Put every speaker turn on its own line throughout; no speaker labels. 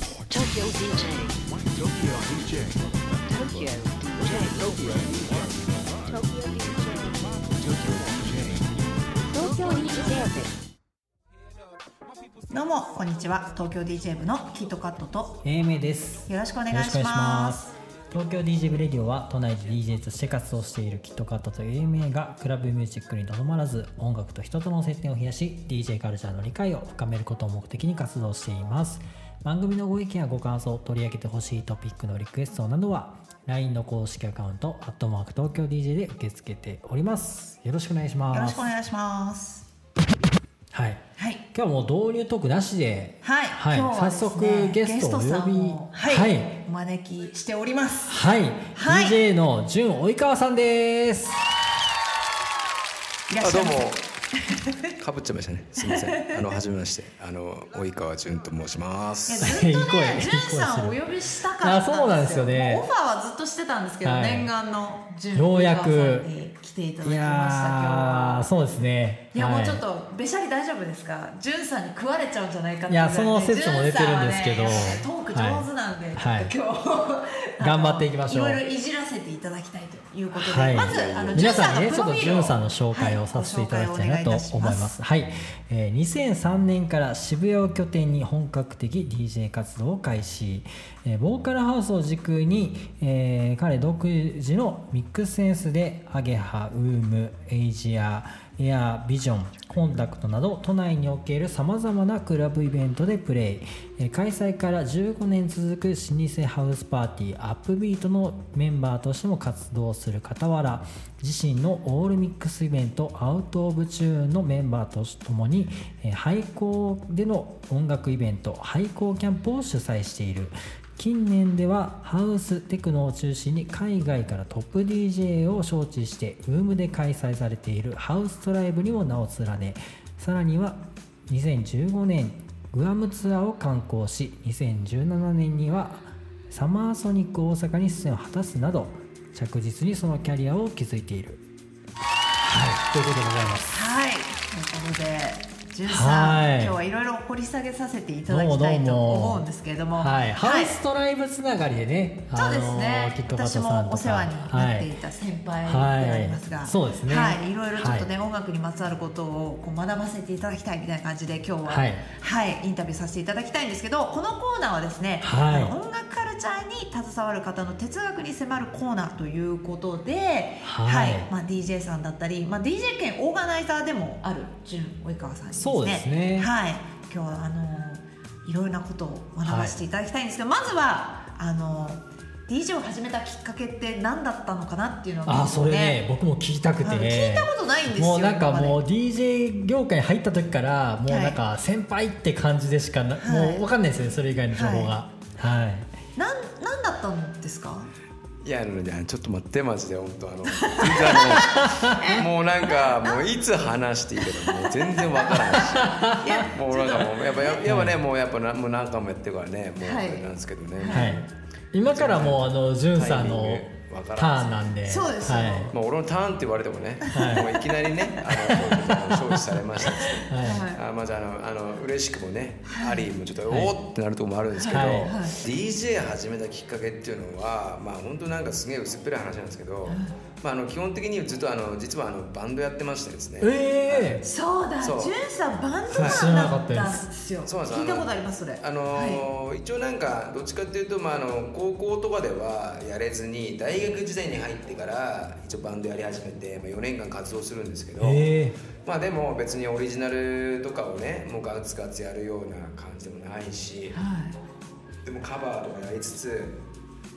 Tokyo DJ.
Tokyo DJ.
Tokyo DJ.
Tokyo DJ.
Tokyo DJ.
Tokyo DJ.
Tokyo DJ.
どうもこんにちは東京 DJ 部のキートカットと
英明です
よろしくお願いし
よろ
ま
し
す
くお願いします東京 DJ ブレディオは都内で DJ として活動しているキットカットと AMA がクラブミュージックにとどまらず音楽と人との接点を増やし DJ カルチャーの理解を深めることを目的に活動しています番組のご意見やご感想取り上げてほしいトピックのリクエストなどは LINE の公式アカウント「アットマーク東京 DJ」で受け付けておりますよろしくお願いします
よろしくお願いします
はい
はい
今日はもう導入トークなしで
はい、
はい
今日はですね、
早速ゲストをお呼び
ゲさんをはい、
はい
お招きしております
はい、
はい
DJ の純及川さんです。
いらっ
あ
し
ど
ゃい
う
ませ
も。かぶっちゃいましたね。すみま せん。あの初めまして、あの及川淳と申しま
ず
す。
っと
いい声
ね、
いい
じ
声
ゅんさんをお
する
呼びしたかったんですよ
あそうなんですよね
もうオファーはずっとしてたんですけど、
はい
念願のじゅん
ようやく
さんに来ていただきました今日は
そうですね。
いやも
は
うちょっとべしゃり大丈夫ですか、じゅんさんに食われちゃうんじゃないかってぐらね
いやその説も出てるんですけど
じゅんさんはねトーク上手なんで、
はい
ちょっと今日
頑張っていきましょう
あのいろいろいじらせていただきたいということで、
はい、
まずあの
皆さんね、
じ
ち
ゅんプロ
ょっと
フィール
潤さんの紹介をさせていただきたいなと
は
思い
ご紹介お願
ます。はい、えー2003年から渋谷を拠点に本格的 DJ 活動を開始、えーボーカルハウスを軸に、えー彼独自のミックスセンスでアゲハウームエイジアエアビジョンコンタクトなど都内におけるさまざまなクラブイベントでプレイえー開催から15年続く老舗ハウスパーティーアップビートのメンバーとしても活動する傍ら自身のオールミックスイベント「アウト・オブ・チューン」のメンバーとともにえー廃校での音楽イベント廃校キャンプを主催している近年ではハウステクノを中心に海外からトップ DJ を招致して UM で開催されているハウストライブにも名を連ねさらには2015年グアムツアーを観光し2017年にはサマーソニック大阪に出演を果たすなど着実にそのキャリアを築いている。はい、ということでございます。
はいということでじゅんさん、
はい
今日はいろいろ掘り下げさせていただきたいと思うんですけれども
はい、
は
ハ
い
ウストライブつながりでね、
そうです
あの
ね
ー、キットカッ
私
トさんと
も
か
お世話になっていた先輩でありますが、
はいそうですね
はい、いろいろちょっとね、音楽にまつわることをこう学ばせていただきたいみたいな感じで今日は、は
はいい
インタビューさせていただきたいんですけどこのコーナーはですね、
はい
あの音楽カルチャーに携わる方の哲学に迫るコーナーということで、は
はいい
まあ、DJ さんだったり、まあ、DJ 兼オーガナイザーでもある純及川さんにですね
そうですね
はい、今日はあのーいろいろなことを学ばせていただきたいんですけど、まずはあのー DJ を始めたきっかけって何だったのかなっていうの
あ、それね、僕も聞きたくて
うん聞い
ね
た。ことないんですよ
もうなんかも
う
う DJ 業界に入った時からもうなんか先輩って感じでしかな、
はい
もうわかんないですねそれ以外の情報がはい、
なんなんだったんですか
いやあのねちょっと待ってマジで本当あの全然 あのもうなんかもういつ話していいかもう全然わからないし、もうなんかもうやっぱややっぱねもうやっぱなもう何回もやってるからねもう
は
あ
い
れなんですけどね。
はい、今からもうあのじゅんさん
タイミ
の
ングわ
タ
からん
ーンなんで
そうですよ
はい
まあ俺のターンって言われてもね、
はい
もういきなりねあのこういうことを承知されましたし、
はい
はい
あまずあのあの嬉しくもね、ありもちょっとおおってなるところもあるんですけど、
はいはい
DJ 始めたきっかけっていうのはまあ本当なんかすげえ薄っぺらい話なんですけど、まああの基本的にずっとあの実はあのバンドやってましてですね。
ええ
そうだ
そう
純さんバンドマン
知らな
だ
か
っ
った
た
で
んですよ
そうなんです
聞いたことありますそれ
あの
はい
ー一応なんかどっちかっていうと、まあ、あの高校とかではやれずに大学時代に入ってから一応バンドやり始めて、まあ、4年間活動するんですけど、
え
まあでも別にオリジナルとかをねもうガツガツやるような感じでもないし
はい
でもカバーとかやりつつ、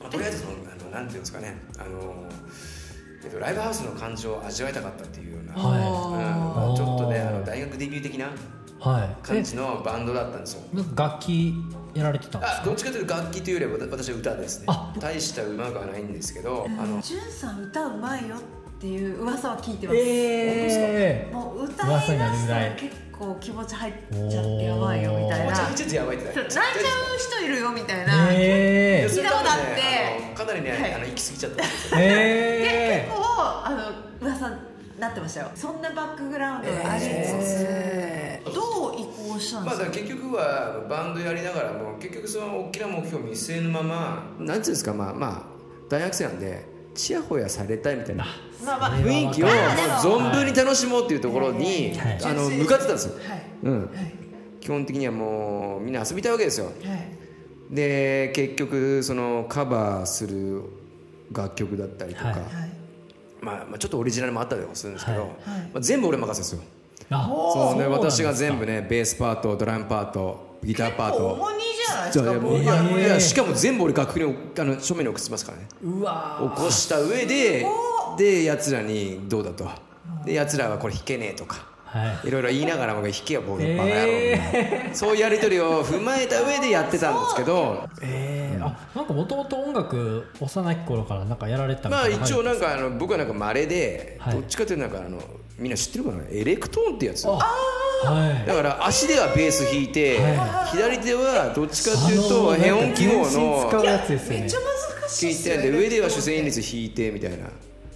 まあ、とりあえずそのあのなんていうんですかねあの、えっと、ライブハウスの感情を味わいたかったっていうような、
はい
うん
あ
まあちょっとね
あ
あ
ー
の大学デビュー的な
ー、はい
感
え
じのバンドだったんですよ。
なんか楽器やられてたんです
あ
か
どっちかというと楽器というよりは私は歌ですね
あ
大したうまくはないんですけどあの
じゅんさん歌うまいよっていう噂は聞いてます、
ええ
もう歌い出したら結構気持ち入っちゃってやばいよみたい
もう
な
ちょ
そう
ちょっとやばいってな
泣いちゃう人いるよみたいな、
ええ
そ
聞い
れ多分ね
たことあって
あのかなりね、
はい
あの行き過ぎちゃったんですよ
ええ
結構あの噂になってまましたよそんなバックグラウンドがありつつどう移行したんで
まあ、
す
だ
か
から結局はバンドやりながらも結局その大きな目標を見据えぬままなんていうんですかまあまあ大学生なんでちやほやされたいみたいな
まあまあ
雰囲気をもう
ま
存分に楽しもうっていうところに
はい
あの向かってたんですよ、
はい
うん、
はい
基本的にはもうみんな遊びたいわけですよ
はい
で結局そのカバーする楽曲だったりとか、
はい
はい
まあ、まあちょっとオリジナルもあったりもするんですけど、
はい
はい
まあ、全部俺任せですよ
あ
そう
な
ね、
んです
私
か
が全部ねベースパートドラムパートギターパー
結構
ト
重荷じゃないで
じ
す
ゃあ
か
もうい
僕は
や
へえ
いやしかも全部俺楽譜におあの書面に送ってますからね
うわ
起こした上ででやつらにどうだとでやつらはこれ弾けねえとか
ーはい
いろいろ言いながらも弾けよ僕のバカ野郎、
え
そういうやり取りを踏まえた上でやってたんですけ ど
ー、えー、あなんかもともと音楽幼い頃からなんかやられてたみ
ま
た
あ
いな
一応なんかあの僕はなんかまれで
はい
どっちかというとなんかあのみんな知ってるかなエレクトーンってやつ
あはい
だから足ではベース弾いて、
は
左手はどっちかっていうと
あの
ヘ音記
全
号
身使う
の
やつですよ
め
ね
っちゃ難しいっ
弾い
す
て
よ
ん
ね
で上では主旋律弾いてみたいな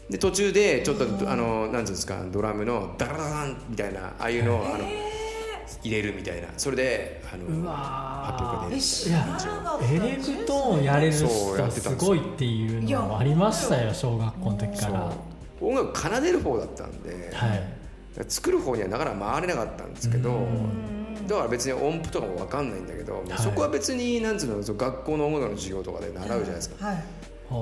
で途中でちょっとあのなんていうんですかドラムのダラダランみたいなああいうのをあの入れるみたいなそれであ
う
の
わ
発表会で
え知らなかった
エレクトーンをやれる人
そうやって
す
たんです
ご
よ
いっていうのもありましたよ小学校の時からは
音楽奏でる方だったんで、
い
作る方にはなかなか回れなかったんですけどだから別に音符とかも分かんないんだけど、
い
そこは別になんつうのその学校の音楽の授業とかで習うじゃないですか。
はい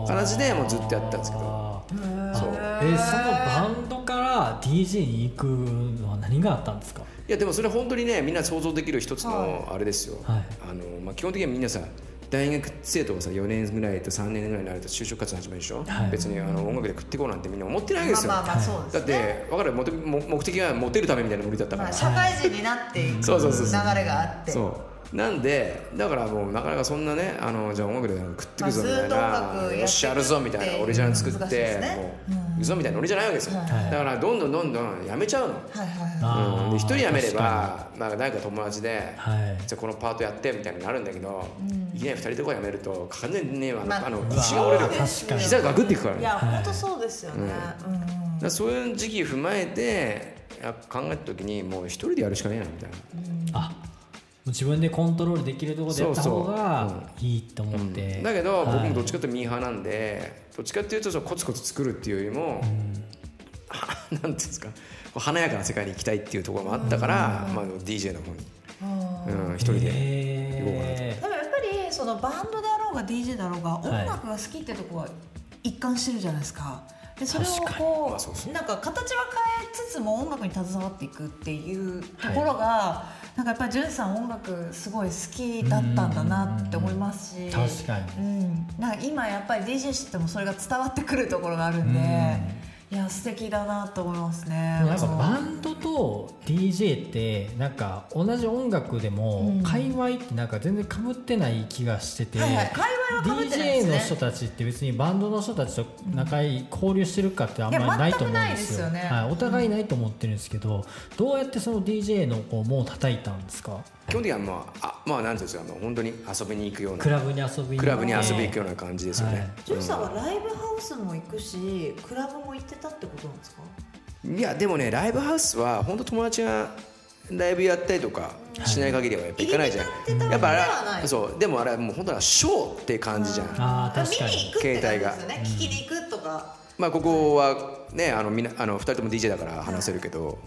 形でもうずっとやってたんですけど
あー
そう
えそのバンドから DJ に行くのは何があったんですか
いやでもそれ本当にねみんな想像できる一つのあれですよ、
はい
あのまあ、基本的にはみんなさ大学生とかさ4年ぐらいと3年ぐらいになると就職活動始めるでしょ、
はい
別にあの音楽で食ってこうなんてみんな思ってないわけですよ、
まあまあまあそうです
だって分かるもても目的はモテるためみたいな無理だったか
ま
ら、
あ社会人になっていく流
そうそうそうそう
れがあって
そうなんでだからもうなかなかそんなねあのじゃあ音楽で食ってくぞみ
まあず
たいな、
っと音楽やってく
よっしゃやるぞみたいなオリジナル作って、
難しいですね
もう行くぞみたいなノリじゃないわけですよ、
い
だからどんどんどんどんやめちゃうの、
はいはいはい
あ
う
ー
んで一人辞めれ
確か
ば、まあ、誰か友達で、
はい
じゃあこのパートやってみたいになるんだけど、いきなり二人とか辞めると完全にねあの、
まあ
あの
に
腰が折れる
う
よ
わー確かに
膝がガクっていくから
い
ねだか
や本当そうですよねうん
らそういう時期踏まえてやっぱ考えた時にもう一人でやるしかねえなみたいな、
あもう自分でコントロールできるところでやった方
そう
がいいと思って、
だけど、
はい
僕もどっちかというとミーハーなんでどっちかっていうとそのコツコツ作るっていうよりも、 なんていうんですかこう華やかな世界に行きたいっていうところもあったから、まあ、DJ の方に、うん、一人で。行こうかなと
え
でもやっぱりそのバンドであろうが DJ だろうが音
はい
楽が好きってとこは一貫してるじゃないですか。でそれを
確か
ま
こ
あそうそう
うなんか形は変えつつも音楽に携わっていくっていうところがなんかやっぱりジュンさん音楽すごい好きだったんだなって思いますし
ー、確かに
うん、なんか今やっぱり DJ しててもそれが伝わってくるところがあるんでいや素敵だなと思いますね。
なんか
そう
バンドと DJ ってなんか同じ音楽でも
うん
界隈ってなんか全然かぶってない気がしてて、
はいはい、会話は被ってないで
DJ
す
の
ね。
人たちって別にバンドの人たちと仲いい交流してるかってあんまりないと思うん
いや全く
ですよ
ないですよね
はい、お互いないと思ってるんですけど、どうやってその DJ のこう門を叩いたんですか
基本的にはまあ、あまあなんていうんですか、もう本当に遊びに行くような
クラブに遊びに
クラブに遊びに行くよ
う
うな感じですよね。
ジュンさんはライブハウスも行くしクラブも行ってたってことなんですか
いやでもねライブハウスは本当友達がライブやったりとかしない限りはやっぱ行かないじゃん。
入り浸ってた
やっぱあれ
わけではない
そうでもあれはもう本当はショーって感じじゃん。
あー確か
見に行
に
くって
携
感
帯
じ
が
ですよね聞きに行くとか、
まあここはねあのみんなあの二人とも DJ だから話せるけど、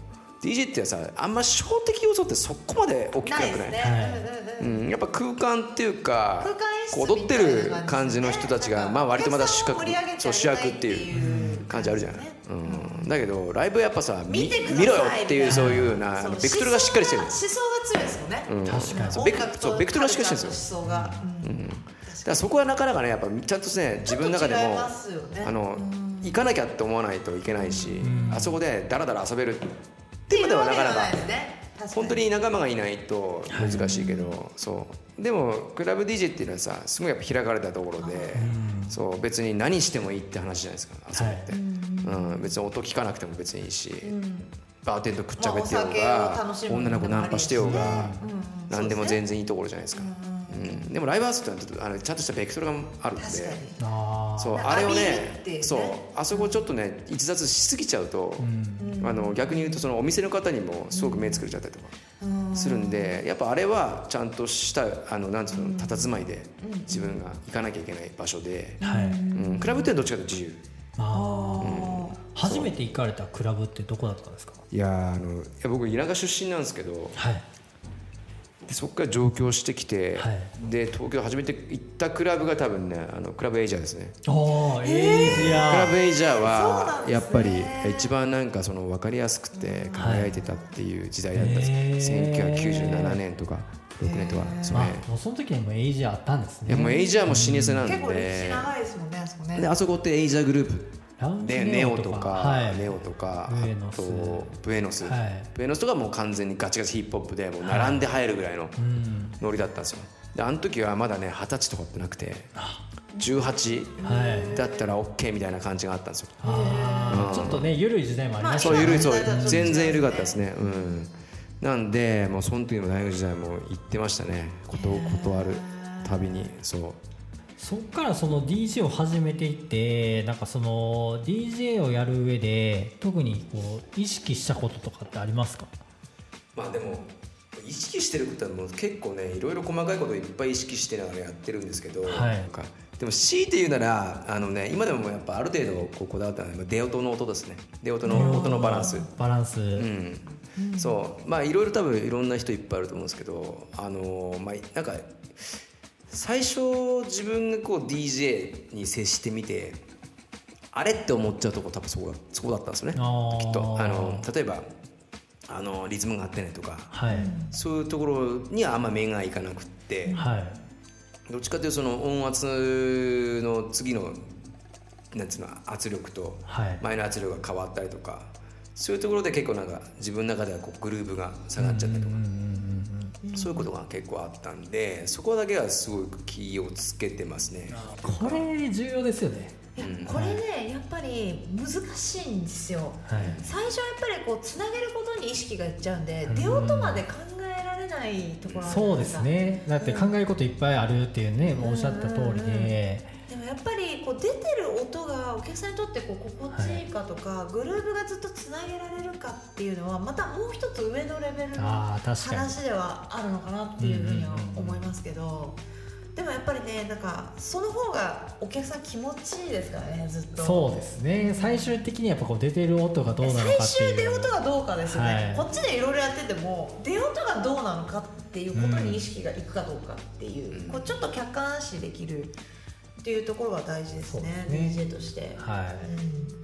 DJ ってさあんまショー的要素ってそこまで大きくな
ないで
く
す
ない。
ね、
はい
うんうんうん
うん、やっぱ空間っていうか
空間
こ
演
う
出
踊
み
って
たいな
る感じの人たちが、まあ、割とまだ主
客
役そう主役っていう感じあるじゃない、うん、だけどライブやっぱさ
見
見
てください
見ろよっていうそういうようなあのベクトルがしっかりしてるん
思
です
想が強いですよね、うん、
確かに
そうベクそうベクトルがしっかりしてるん
思
です
想が、うん
だからそこはなかなかねやっぱちゃんとね自分の中でも、
ちょっと違いますよね
あの行かなきゃって思わないといけないし、あそこでダラダラ遊べるっていうまではなかなか
っていうわけではないですね確か
本当に仲間がいないと難しいけど、そうでもクラブ DJ っていうのはさすごいやっぱ開かれたところで、そう別に何してもいいって話じゃないですかあそこって、うん、別に音聞かなくても別にいいし、バーテンとくっちゃべってよう
まあお
が
酒を楽しむ
女の子ナンパしてようが、何でも
そうですね
全然いいところじゃないですか、うんでもライブハウスってのはちょっとあのちゃんとしたベクトルがあるんで
確かに
あー
そう
なんか
あれを
浴びるっていう
ね
ね
そうあそこちょっとね逸脱しすぎちゃうと、
うん
あの逆に言うとそのお店の方にもすごく目つけれちゃったりとかするんでやっぱあれはちゃんとしたあのなんつうの佇まいで自分が行かなきゃいけない場所で、
はい
うん、クラブっていうのはどっちかというと自由
あ
あー
ー初めて行かれたクラブってどこだったんですか
いやーあのいや僕田舎出身なんですけど
はい
でそこから上京してきて、
はい
で東京初めて行ったクラブが多分ねあのクラブエイジャーですね
おーエイジ
クラ
ア
ブエイジャー
そうなん
は
ですね
やっぱり一番なんかその分かりやすくて輝いてたっていう時代だったんです、
はいへー
1997年とか6年とかその
あ
辺
もうその時にもうエイジアあったんです
いやもう
ね
エイジャーも老
結
舗
構
なん
歴史
で
長いですもんねあそこね
であそこってエイジャーグルー
ラウン
プ
ジ
でネオとか
はい
ネオとか
ブエノ
あ
ス
とブエノス
はい
ブエノスとかもう完全にガチガチヒップホップでもう並んで入るぐらいの
うん
ノリだったんですよであの時はまだね二十歳とかってなくて18
はい
だったら OK みたいな感じがあったんですよ
あーちょっとね緩い時代もありました
そう
まあ
ね
緩いそう
今の時代とはちょっと違う
全然緩かったですねうんなんでもうその時も大学時代も行ってましたねことを断るたびにそう
そっからその DJ を始めていってなんかその DJ をやる上で特にこう意識したこととかってありますか
まあでも意識してることはもう結構ねいろいろ細かいことをいっぱい意識してながらやってるんですけど、
はい
なんかでも強いて言うならあのね今でもやっぱある程度こうこだわったのはまあ出音の音ですね出音の音のバランス
バランス、
うんそうまあいろいろ多分いろんな人いっぱいあると思うんですけどあのまあなんか最初自分がこう DJ に接してみてあれって思っちゃうとこ多分そこだそこだったんですよねきっ
あー
とあの例えばあのリズムが合ってないとか
はい、
そういうところにはあんま目がいかなくって
はい
どっちかというとその音圧の次のなんつうの圧力と
はい
前の圧力が変わったりとかそういうところで結構なんか自分の中ではこうグルーブが下がっちゃったりとかそういうことが結構あったんでそこだけはすごく気をつけてますね。
これ重要ですよね
いやこれねやっぱり難しいんですよ
はい
最初はやっぱりこうつなげることに意識がいっちゃうんで出音まで考えられないところあるじゃ
そ
な
う
い
です
か
ねだって考えることいっぱいあるっていうね、もうおっしゃった通りで、
でもやっぱりこう出てる音がお客さんにとってこう心地いいかとか、グルーブがずっとつなげられるかっていうのはまたもう一つ上のレベルの
ああ確かに
話ではあるのかなっていうふうには思いますけど、でもやっぱりねなんかその方がお客さん気持ちいいですからねずっと
そうですね最終的にやっぱこう出てる音がどうなのかっていう
最終出音がどうかですよね、
はい
こっちでいろいろやってても出音がどうなのかっていうことに意識がいくかどうかっていう,、
うん
こうちょっと客観視できるっていうところが大事ですね
そうですね
DJ として、
はい
うん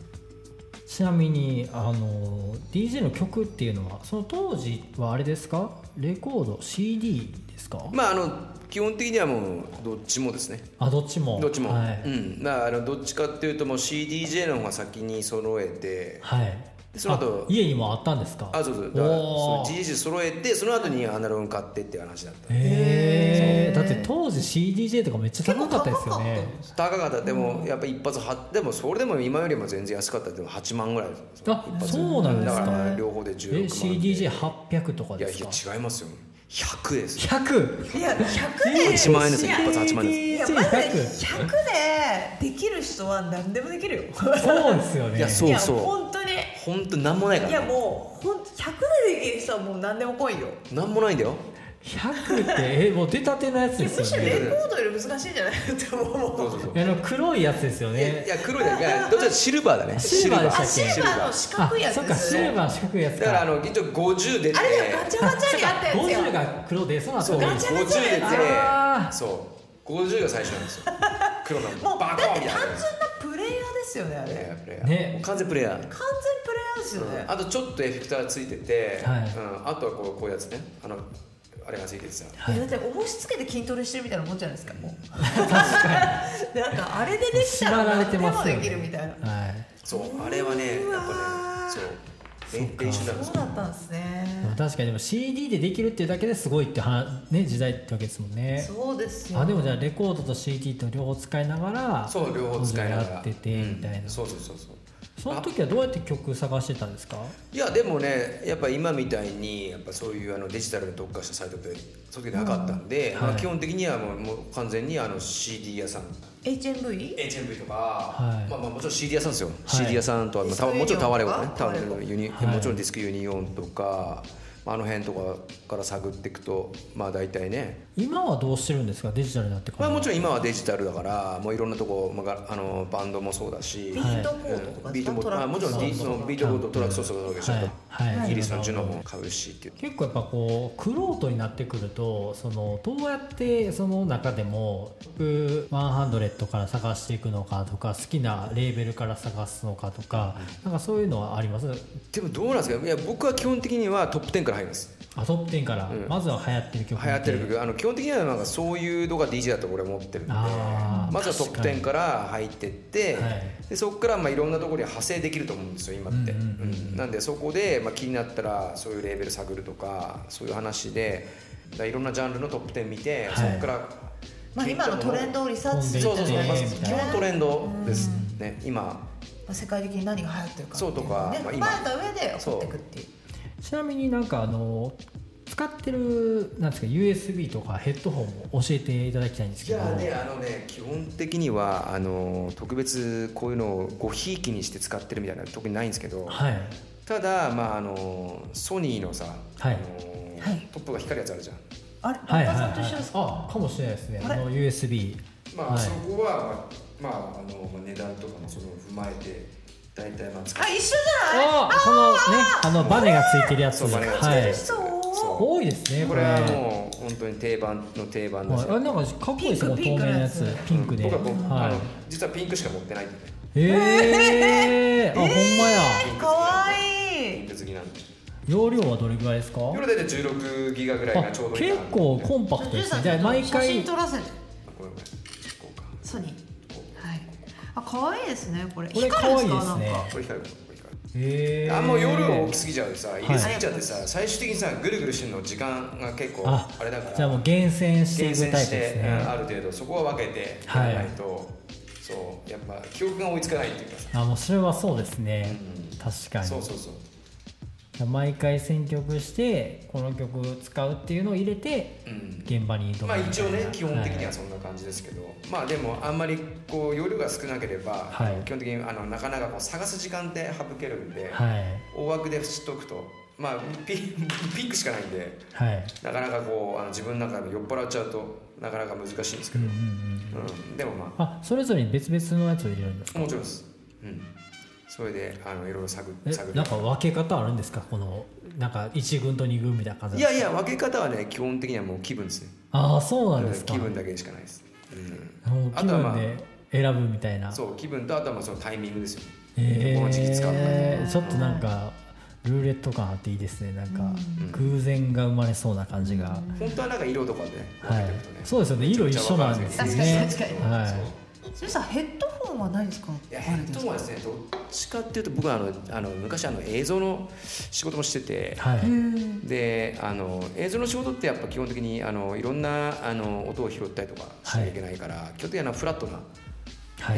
ちなみにあの DJ の曲っていうのはその当時はあれですかレコード CD ですか、
まああの基本的にはもうどっちもですね
あどっちも
どっちも、
はい、
うんまあ、あのどっちかっていうともう CDJ の方が先に揃えて
はい、
でその後
あ家にもあったんですか
あそうそうだから
おー
その GDJ 揃えてその後にアナログ買ってっていう話だった
へ
へ
え
ー
だって当時 CDJ とかめっちゃ
結構
高か
高か
った
っ
ですよ
た
ね
高かったでもやっぱ一発はでもそれでも今よりも全然安かったでも8万ぐらい
あそうなんです
だ
か
から両方で16万
え
で
CDJ800 とか
いや
で
い
すか
や違いますよ100です
100
いや100で
1万円ですよ一発8万です
いやまず
CDJ100
100でできる人は何でもできるよ
そうですよね
いやそう
いや本当に
本当なんもないか
い
ら
や
ね
もうほん100でできる人はもう何でも来いよ
なんもないんだよ
100ってえもう出たてのやつ
い
で
やむ
す
し
よ
ろ
ね
レコードより難しいんじゃないって思
そううそうそう
あの黒いやつですよ
いやい
ね
や黒いだけどっちかというとシルバーだね
シルバーでした
あ
っ
シ
け
ルバーの四角いやつ
そっ
で
か
す
シ
よ
ル
ね
バー四角いやつ
だ
か
からあの一応50出て
あれだよガチャガチャにあったやつや
50が黒でその後
そう
ガチャ
50
ガチャ
出て
あー
そう50が最初なんですよ黒な
も
の
う
バ
だっ
コ
て単
ーンみた
純
いな
なプレイヤーですよねあ
プレイ
れ
ヤープレイヤー
ね
もう完全プレイヤー
完全プレイヤーですよね
あとちょっとエフェクターついてて、
はい
うん、あとはこうこういうやつねあのあれがついててさ
はい
いやだって重しつけて筋トレしてるみたいなもんじゃないですかもう なんかあれでできた
縛
ら
られ
何
て
で
ま
も
すよ
で
ね
きるみたいな
はい
そうあれはね
うわ
やっ
ー
ぱねそう
そうか
練習なんです
そう
よ
だったんです
でも
ね
確かにでも CD でできるっていうだけですごいってはね時代ってわけですもんね
そうですよ
あでもじゃあレコードと CD と両方使いながら
そう両方使いながら
やっててみたいな、
うんそうそうそうそう
その時はどうやって曲探してたんですか
いやでもねやっぱ今みたいにやっぱそういうあのデジタルに特化したサイトってその時なかったんで、
うん
まあ
はい
基本的にはもうもう完全にあの CD 屋さん
HMV?
HMV とか、
い
まあ、まあもちろん CD 屋さんですよ、
い
CD 屋さんとは、まあ、た
ディスクユニオン
もちろんタワレコね
とか
タワレコユニ、
はい
もちろんディスクユニオンとかまああの辺とかから探っていくとまあ大体ね
今はどうしてるんですかデジタルになってか
ま
ら、
あ、もちろん今はデジタルだからもういろんなとこ、まあが、あのバンドもそうだし、
ビートボードとか
ビートも
トラッ
あ
ク
もちろんディそのビートボードトラックソースがそうでしょ、
はいはい
イギリスのジュノも買うしっていう
結構やっぱこうクロートになってくるとそのどうやってその中でも僕100から探していくのかとか好きなレーベルから探すのかとかなんかそういうのはあります
でもどうなんですかいや僕は基本的にはトップ10から入ります
あトップ10から、
ん
まずは流行ってる曲
流行ってる曲あの基本的にはなんかそういうのが DJ だと俺は思ってるんで
あー
まずはトップ10から入ってって、
はい
でそこからまあいろんなところに派生できると思うんですよ今って、
うんうんうんうん
うんなんでそこでまあ気になったらそういうレーベル探るとかそういう話でだからいろんなジャンルのトップ10見て、
はい
そこから
まあ、今のトレンドをリサーチする
そうそうそう、
ね
まあ、
みたい
基
な
本トレンドですね今
まあ、世界的に何が流行ってるかっていのをね
そうとかまあ
踏
今
まえた上で送っていくっていう
ちなみになんかあの使ってるなんですか USB とかヘッドホンも教えていただきたいんです
じ
けど
ゃあねあのね基本的にはあの特別こういうのをごひいきにして使ってるみたいなのは特にないんですけど、
はい
ただまああのソニーのさ、
はい
あの
はい
トップが光るやつあるじゃん、
あれ
はいはい
中
は
田さん
い
と一緒ですか、
あかもしれないですね
あ
あ
れ
の USB
まあ、
はい
そこはまあ、まあ、あのまあ値段とかもその踏まえて大体まあ使
あ
い
一緒じゃない
あこのねあのバネがついてるやつ
そうバネがついてる
はい
やつ
そう
そ
多いです
う
ね
こ
こ
れ
れ
はもう本当に定番の定番だし
はいあなんかかっこいいですね透
ピン
明
ク
なや
ピン
つ
クのやつ
ピンクで、
僕は僕、あ
は
の
い、
実はピンクしか持ってないんでね
えー、あほんまや
可愛
ピ
い
ンク好きなんで
容量はどれぐらいですか
夜大体16ギガぐらいが
あ
ちょうどいい
結
かな
構
こ
コンパクトですねじゃあ毎
13写
回
真撮らせて
れこれこうか
ソニー
こう
はいあ可愛いですねこれ
これ
光るんです
可
か
愛いですね
なんか
これ光るこれ光る
えー、
あんま夜大きすぎちゃうとさ入れすぎちゃってさ、最終的にさぐるぐるしてるの時間が結構
あ
あれだから
じゃあもう厳選してい
厳
く
選
タイ
し
プで
て
す、ね、
うんある程度そこは分けてや
はい
らないと、そうやっぱ記憶が追いつかないっていうかさ、
あもうそれはそうですね、確かに
そうそうそう
毎回選曲してこの曲使うっていうのを入れて
うん
現場に挑む
まあ一応
みたい
ね
な
基本的にはそんな感じですけど、まあでもあんまりこう容量が少なければ、
はい
基本的にあのなかなかこう探す時間って省けるんで、
はい
大枠で知っとくとまあピ ピンクしかないんで
はい、はい
なかなかこうあの自分の中で酔っ払っちゃうとなかなか難しいんですけ
うん
ど、
う
うん
うんん、
でもま
あそれぞれに別々のやつを入れるんです
あ
か
もちろんです、うん、それであのいろいろ探
え
探
なんか分け方あるんですかこのなんか1軍と2軍みたいな感じ
いやいや分け方はね基本的にはもう気分ですね
ああそうなんですか
気分だけしかないです、うん
もう
あ
気
とはま
分
あ
で選ぶみたいな
そう気分とあとはまあそのタイミングですよね、
えー
この時期使うのね
ちょっとなんかルーレット感あっていいですねなんか
うん
偶然が生まれそうな感じが、
本当はなんか色とかでね分
は
け
い
ておくとね、
そうですよね色一緒なんですよね
確かに確
はい
それさヘッドホンは何ですか
いやヘッドホンはですねどっちかっていうと僕はあのあの昔あの映像の仕事もしてて、
はい、
うん
であの映像の仕事ってやっぱ基本的にあのいろんなあの音を拾ったりとかしなきゃいけないから、基本的にあのフラットな
は
ヘ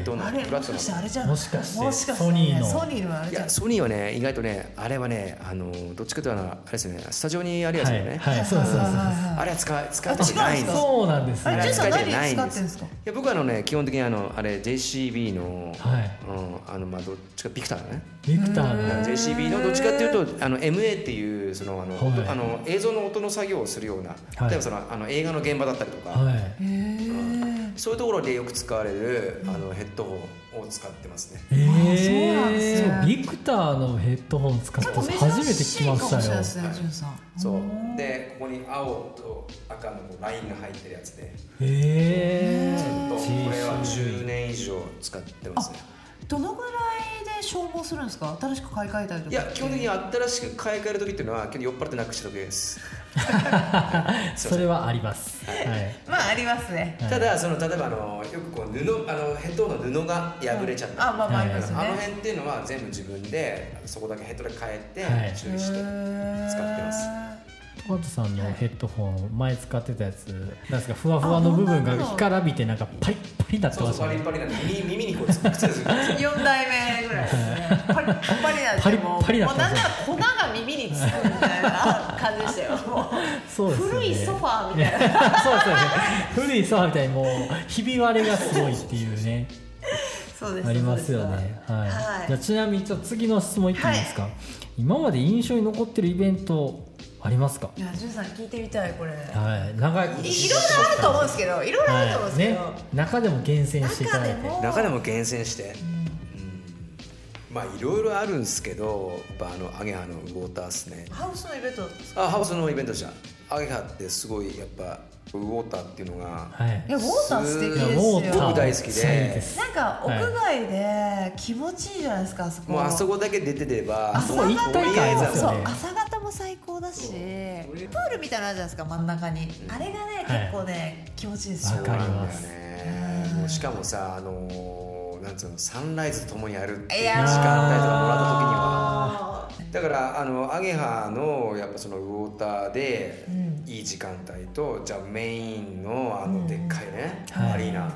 ッドホンの
あれ
フラ
も
ッ
しか
トな
してあれじゃない
もしかして
もしかして
ソニーの
ソニーのあれ
い
じゃな
や
い
ソニーはね意外とねあれはねあのどっちかというとあのあれですよねスタジオにあるやつだよね、
はいはいそうですそうですそうです
あれは使う使うとこないんです
そうなんです
あ
あ
れ
れ
ジェ
は
イさん
ね
使い
何
手ないん
使ってるん
ですい
ですか
や僕はあのね基本的にあのあれ JCB の、
はい
うんあのまあどっちかビクターだね
ビクターの
JCB のどっちかっていうとあの MA っていうそのあの、
はい
音あの映像の音の作業をするような、
い
例えばそのあの映画の現場だったりとか、
はい
へ
そういうところでよく使われるあのヘッドホンを使ってますね。
え
そうなんですね
ー、ビクターのヘッドホン使っ
え
て
ちょっと
初め
珍
て聞
し
き
いか
ま
もし
し
れない
たよ
ですねジュンさん
そうでここに青と赤のこうラインが入ってるやつで
え
ずっとこれは
JCB
10年以上使ってますね
どのぐらいで消耗するんですか新しく買い替えたりとか
いや基本的に新しく買い替える時っていうのは基本酔っ払ってなくした時です
それはありますはい
まあありますね
はい
ただその例えばあのよくこう布あのヘッドホンの布が破れちゃった
あまあまああり
あ
ますよね
の辺っていうのは全部自分でそこだけヘッドで変えて
はい
修理して使ってます
へー
ワトさんのヘッドホン前使ってたやつなんですかふわふわの部分が
あ本当だ
干からびてなんかパリッパリになって
そう
ま
そ
し
う
た
パリ
ね
パリなんで耳耳にこうつくっつくんですよ
4代目ぐらいですねパリッパリなん
パ
て
リ
も
ッ
う
パリだ
も
っ
う
た
なんん
です
な
よ
ら粉が耳につくみたいな感じでしたよも
そうですよね
古いソファーみたいな
そうですよね古いソファーみたいにもうひび割れがすごいっていうね
そうです
ありますよね。
そう
は
で
い。
すはい
じゃあちなみにちょっと次の質問いっていいですか。今まで印象に残ってるイベントありますか。
いや、じゅんさん聞いてみたいこれ。いろ
はい。長い。い
いろあると思うんですけど、いろいろあると思うんですけど、
ね。中でも厳選していた
中
だい
で
て。
も
中でも厳選して、うんまあいろいろあるんですけどやっぱあのアゲハのウォーターですね
ハウスのイベントですか。
あハウスのイベントじゃんアゲハってすごいやっぱウォーターっていうのが、
はい
いや、ウォーター素敵です
ウ
よ。
ォーター
僕大好きで
そうです
なんか屋外で気持ちいいじゃないですか、あそこ。
もうあそこだけ出てれば
あそこ
もう
一体感あります
そ
よ
う
ね、。
朝方も最高だし、プールみたいなのあるじゃないですか、真ん中に。あれがね、
はい
結構ね、気持ちいいですよ
わ。
そ
か
う
り
なん
ま
だよ
す
ねもうしかもさあのーなんつうのサンライズとともにやるっていう
い
時
やー
間帯とかもらった時に
あ
はだからあのアゲハのやっぱそのウォーターでいい時間帯と、じゃあメインのあのでっかいね、
はい
アリーナ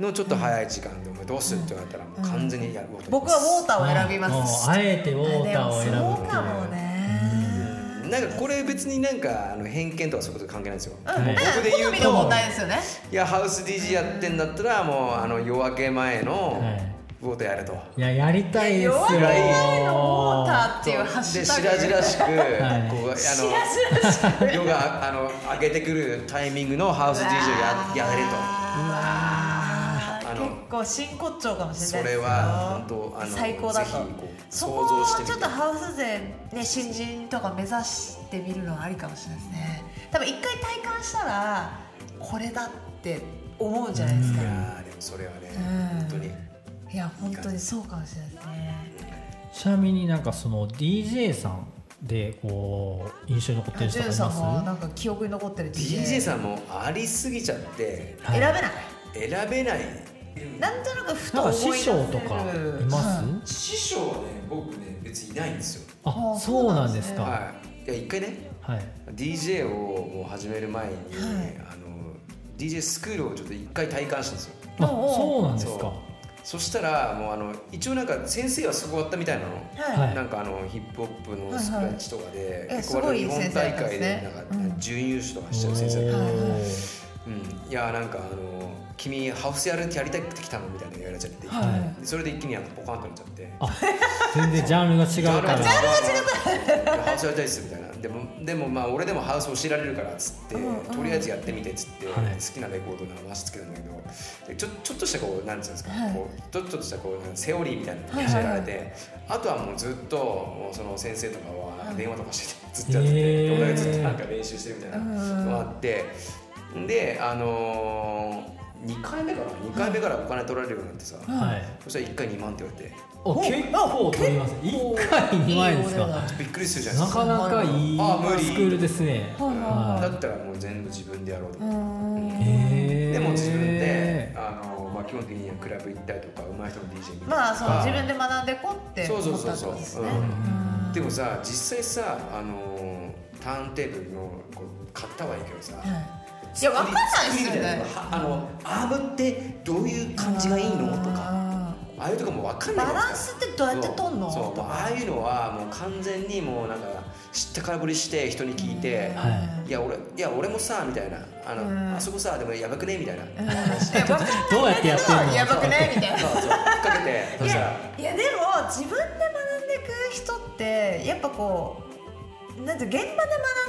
のちょっと早い時間で「お前どうする?」って言われたらもう完全にいやウォーター
ー僕はウォーターを選びま
も
す。
うあえてウォーターを選ぶ
あでも
っ
そ
ていう
うかもね。
ーなんかこれ別になんかあの偏見とかそういうこと関係ないんですよ、
うん
はい
僕で言
好
う
みの問
と
題ですよね。
いやハウス DJ やってんだったらもうあの夜明け前の
はい
ウォーターやれと、
いややりたいですよ。
弱気ないのウォーターっていうハッシ
で
ュ
し
タ
ら
グ。
じらしく、
い
こうあの
白々しく
夜があの明けてくるタイミングのハウス DJ ややれと
あー
あの
結構真骨頂かもし
そ
れないですよ
れは本当あの
最高だと
ぜひこう
そ
想
こ
像して
を
み
ち
て
ょっとハウス勢ね新人とか目指してみるのはありかもしれないですね多分一回体感したらこれだって思うんじゃないですか
いやーでもそれはね
うん
本当に
いや本当にそうかもしれないですね
ちなみになんかその DJ さんでこう印象に残ってる
ジ
人あり
ュン
ま
さんも
す
なんか記憶に残ってる
DJ
ん
さんもありすぎちゃって
はい
選べない
選べない
なんとなくふと
なん
思
か
い出
師
せる
匠とかいます、
はい
師匠はね僕ね別にいないんですよ
あ
あ
そうなんですか、
はいいや一回ね
はい
DJ をもう始める前にあの DJ スクールをちょっと一回体感したんですよ
あ
おうおう
そうなんです
そう
か
そしたらもうあの一応なんか先生はすごかったみたいなの
はい
はい
なんかあのヒップホップのスクラッチとかで、
はい
結構割と日本大
え
会です
ごい先生だ
な
ったんですね
ん
う
か
ん
準優勝とかしちゃう先生だ
お
っ
ー
た、
はい
うん、いやなんかあの君ハウスやるやりたくて来たのみたいな言われちゃって、
は
でそれで一気になんかポカンとなっちゃって。
あ全然ジャンルが違うから
たハウスやりたいっすみたいなでもでもまあ俺でもハウス教えられるからっつって、とりあえずやってみてっつっ
い
て、好きなレコードの話つけたんだけどでちょちょっとしたこうなんていうんですか、こうちょっとしたこうなんかセオリーみたいなのを教えられて、あとはもうずっともうその先生とかは電話とかしててずっとやってて、
へー
で俺がずっとなんか練習してるみたいなのがあって、であのー2回目から2回目からお金取られるようになってさ、
はい
そしたら1回2万って言われて
お結構取ります1回2万円です
いいお値
か
段
びっくりするじゃない
な
です
か
か
なかいい
あ無理
スクールですね
だ
は
ったらもう全部自分でやろうと思って。
いへー
でも自分で、あのまあ、基本的にはクラブ行ったりとか上手い人の DJ 見たりとか
まあそう自分で学んでこって
そうそ
思
う
っ
そ
た
う
って
そ
こ
う
とですね
うんでもさ実際さあのターンテーブルのこう買ったはいいけどさ、
いやわかんないですよ
作りみた
ね
のはあのアームってどういう感じがいいのとか
あ
ああいうとかもわかん
ー
ないじ
バ
ゃない
ラン
ですか
スってどうやってとんの
そうそう
と
ああ
か
いうのはもう完全にもうなんか知ったからぶりして人に聞いて、
はい
い、や俺いや俺もさみたいなあの、
うん
あそこさでもやばくねみたいな、
うんいやわかんない
どうやってやってんの
やばくないみたいな
そうそう引っ掛け てそ
い
したら
やいやでも自分で学んでいく人ってやっぱこうなんて現場で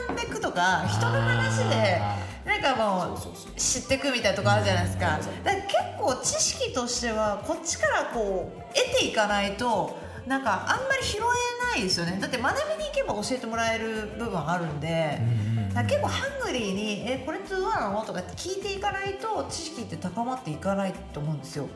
学んでいくとか人の話で
あ
なんかもう
そうそうそう
知っていくみたいなとこあるじゃないですか
うん
だから結構知識としてはこっちからこう得ていかないとなんかあんまり拾えないですよねだって学びに行けば教えてもらえる部分あるんで。だから結構ハングリーに「えこれってどうなの?」とかって聞いていかないと知識って高まっていかないと思うんですよ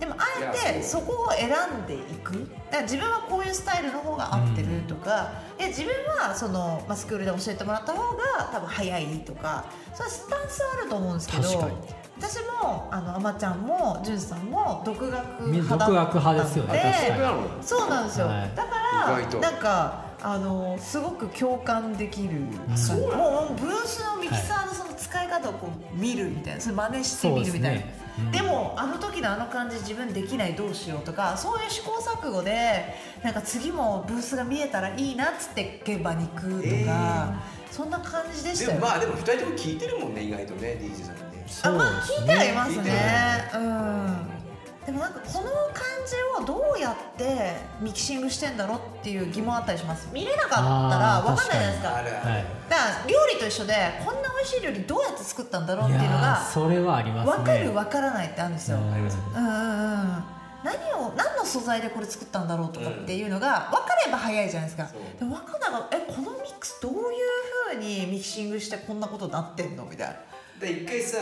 でもあえ
い
て
や
そこを選んでいくだから自分はこういうスタイルの方が合ってるとか、え自分はその、まあ、スクールで教えてもらった方が多分早いとかそういうスタンスはあると思うんですけど
確かに
私もあのあまちゃんもじゅんさんも独学
ね
派だったの
独学派ですよね確
あ
かに
そ
そう
うなの
なんですよ、
はい
だから
意外と
なんかあのすごく共感できる、
そう
もうもうブルースのミキサーのその使い方をこう見るみたいなそれ真似してみるみたいな
そ
で,、
うですねうん
もあの時のあの感じ自分できないどうしようとかそういう試行錯誤でなんか次もブースが見えたらいいなっつって現場に行くとか、そんな感じでした
でも
よ、
まあでも2人とも聞いてるもんね意外とね DJ さんね
あまあ聞いてはいます
聞い
ね
て
うんでもなんかこの感じをどうやってミキシングしてんだろうっていう疑問あったりします見れなかったら
あー
分かんないじゃないですか
あるある、
はい
だから料理と一緒でこんな美味しい料理どうやって作ったんだろうっ
い
ていうの
や
が
ーそれはありますね
分かる分からないってあるんですよ、
う
うんん、うんうん
ありますね
何を何の素材でこれ作ったんだろうとかっていうのが分かれば早いじゃないですか、
そう
でも分かんないからえこのミックスどういうふうにミキシングしてこんなことになってんのみたいな
で一回さ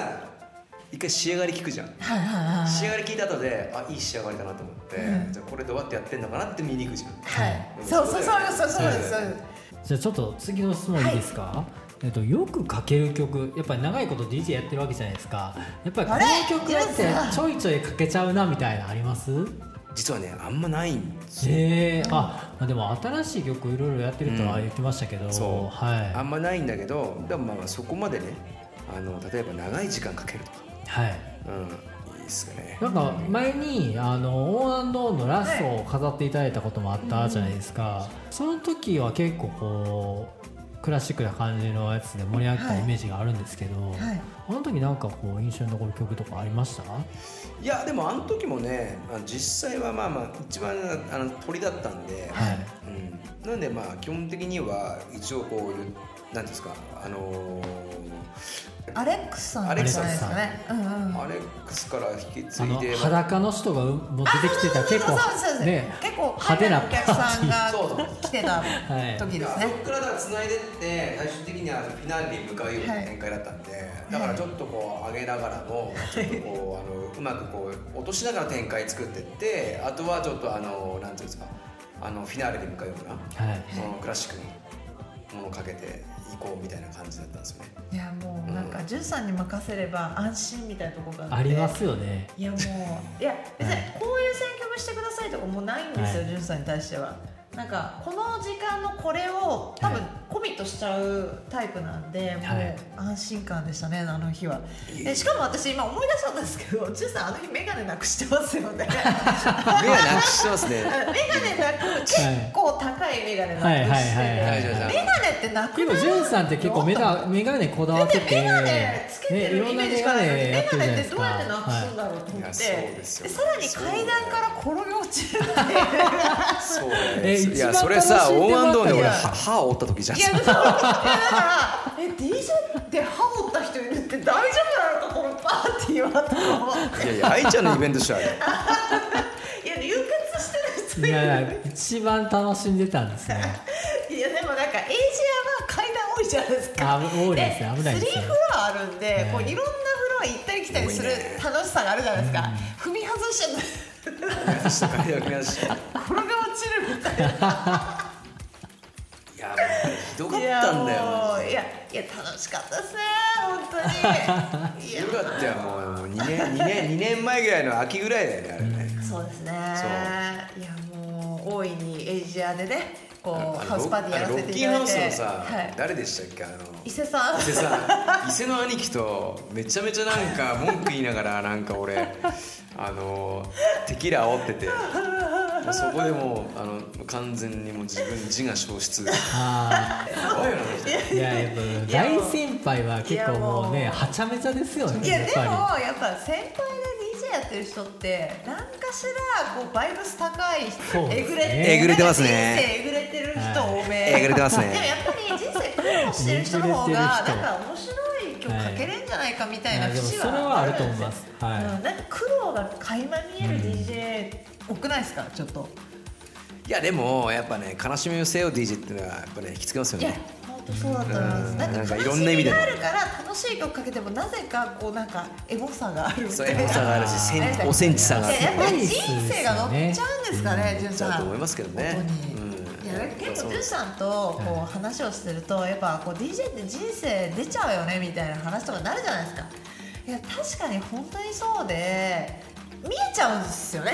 一回仕上がり聞くじゃん
はいはいはいはい
仕上がり聞いた後であいい仕上がりだなと思って、じゃあこれどうやってやってんのかなって見に行くじゃん
はいそうそうそうそうそうですそうです
じゃあちょっと次の質問いいですか、えっと、よくかける曲やっぱり長いこと DJ やってるわけじゃないですかやっぱりこ
あれ
の曲だっ
いま
て
す
ちょいちょいかけちゃうなみたいなあります
実はねあんまないんですよ
えー、あまあでも新しい曲いろいろやってるとは言ってましたけど、
そう、
はい
あんまないんだけどでもまあそこまでねあの例えば長い時間かけるとか
はい
うんいいっすよね
なんか前にあのオーンオーのラストを飾っていただいたこともあったじゃないですか、その時は結構こうクラシックな感じのやつで盛り上がったイメージがあるんですけど、
はい
あの時なんかこう印象に残る曲とかありました
いやでもあの時もねあの実際はまあまあ一番あの鳥だったんで、
はい
うん、なんでまあ基本的には一応こういうなんていうんですかあの
アレックスさんじゃないですかねうんうん
ーアレックスから引き継
あ
い
の
で
裸の人がうもう出てきてた結構
そうそうそう
ね
結構
派手なパ
お客さ
ーテ
ん
ィ
が
ー
そうそう
来て た
い
時です
そ
ね
こからだから繋いでって最終的にはフィナーレに向かうような展開だったんで、だからちょっとこう上げながらもちょっとこうあのうまくこう落としながら展開作ってってあとはちょっとあのなんていうんですかあのフィナーレに向かうような
はい
そのクラシックにものをかけていこうみたいな感じだったんですよね
いやもうなんかジュンさんに任せれば安心みたいなところがあっ
あ
て
りますよね
いやもういや別に
はい
こういう選曲してくださいとかもうないんですよ、
はい
ジュンさんに対してはなんかこの時間のこれを多分
はい
コミットしちゃうタイプなんで、
はい
もう安心感でしたねあの日は
いえいえ
でしかも私今思い出したんですけどジュンさんあの日眼鏡なくしてますよ ね
目はなくしてますね
眼鏡なく結構高い眼鏡なくして、
はいはいはいはい
はいはい
眼鏡ってなく
で
な
も
る
ジュンさんって結構メ
だっ
ガメガネこだわっててて
メガネつけて
ねい
る
ろ
イ
ん
メ
な
ージ
メ
しか
ガ
ない
ネや
メ
っ
ガ
てるじゃない
ネ
で
って
す
どう
か
やってなくすん
は
だろうと思っ
いや
て
そうですよ
さらに階段から転げ落ちる っていう
そう
え
ですい
一番
やそれさ
楽しん
オ
で
ンアンドオンで俺
ば
は
っか
歯を折った時じゃん
いやそうだからえ DJ で歯折った人いるって大丈夫なのかこのパーティーはと思っ
い
て
やいや愛ちゃんのイベントでしょあれ
いや流血してる人
い
いる
いやいや一番楽しんでたんですね
いやでもなんかエイジアは階段多いじゃないですか
あ多いですね危ないです
3
ね
フロアあるんで、こういろんなフロア行ったり来たりする
多いね
楽しさがあるじゃないですか、踏み外しちゃって
下からやりました
転が落ちるみたいない
やもうひどかったんだよマジで
いやいや楽しかったですね本当にい や
よかったよもう2年二年二年前ぐらいの秋ぐらいだよねあれね
そうですねいやもう大いにエイジアでねこ
あ
う
の
ハウスパーティーやらせていた
ロ
だ
ッ
い
キ
て
ンハウスのさ、
はい、
誰でしたっけあの
伊勢さん
伊勢さん伊勢の兄貴とめちゃめちゃなんか文句言いながらなんか俺あのテキーラ煽っててもうそこでもうあの完全にもう自分自我消失や
あ
ばいよなマジで
ーいややっぱ大先輩は結構もう
い
ね
やもう
はちゃめちゃですよね
いや
やっ
でも
ぱり
やっぱ先輩で DJ やってる人って何かしらこうバイブス高い
そうです
え
ね
ぐれ
えぐれてますね
人生えぐれてる人多め、
えぐれてますね
でもやっぱり人生苦労してる人の方が
えぐれてる人
なんか面白い曲かけれんじゃないかみたいな
はいいやでも
節は
それはあると思います
あるんですよ
はい
うんなんか苦労が垣間見える DJ 多くないですかちょっと
いやでもやっぱね悲しみをせよ DJ っていうのはやっぱね引きつけますよ
いや
ね
本当そうだと思います、
うん
な
なんん
か悲
かい
し
ろんな意
み
味で
があるから楽しい曲かけてもなぜかこうなんかエモさがあるみ
そう
たい
エ
な
モさがあるしセ
なんか
ンおセンチさがある
いややっぱり人生が乗っちゃうんですかね、ジュン
ち
さん。
ゃうと思いますけどね
本当
うん
に。いや結構
そう
ジュンさんとこう話をしてるとやっぱこう DJ って人生出ちゃうよねみたいな話とかになるじゃないですか。いや確かに本当にそうで。見えちゃうんですよね、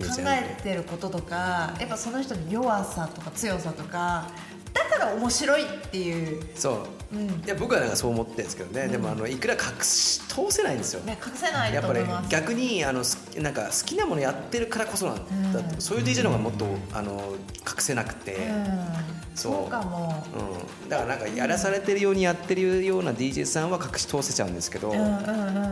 うん
考えてることとかやっぱその人の弱さとか強さとかだから面白いっていう、
そう、
うん
いや僕はなんかそう思ってるんですけどね、でもあのいくら隠し通せないんですよ
ね、隠せない
やっ
と
ぱ
思
り
います。
逆にあのすなんか好きなものやってるからこそなんだって、
うん
そういう DJ の方がもっとあの隠せなくて、
うん
そう
そうかも。
うん、だからなんかやらされてるようにやってるような DJ さんは隠し通せちゃうんですけど、
うんうんうん。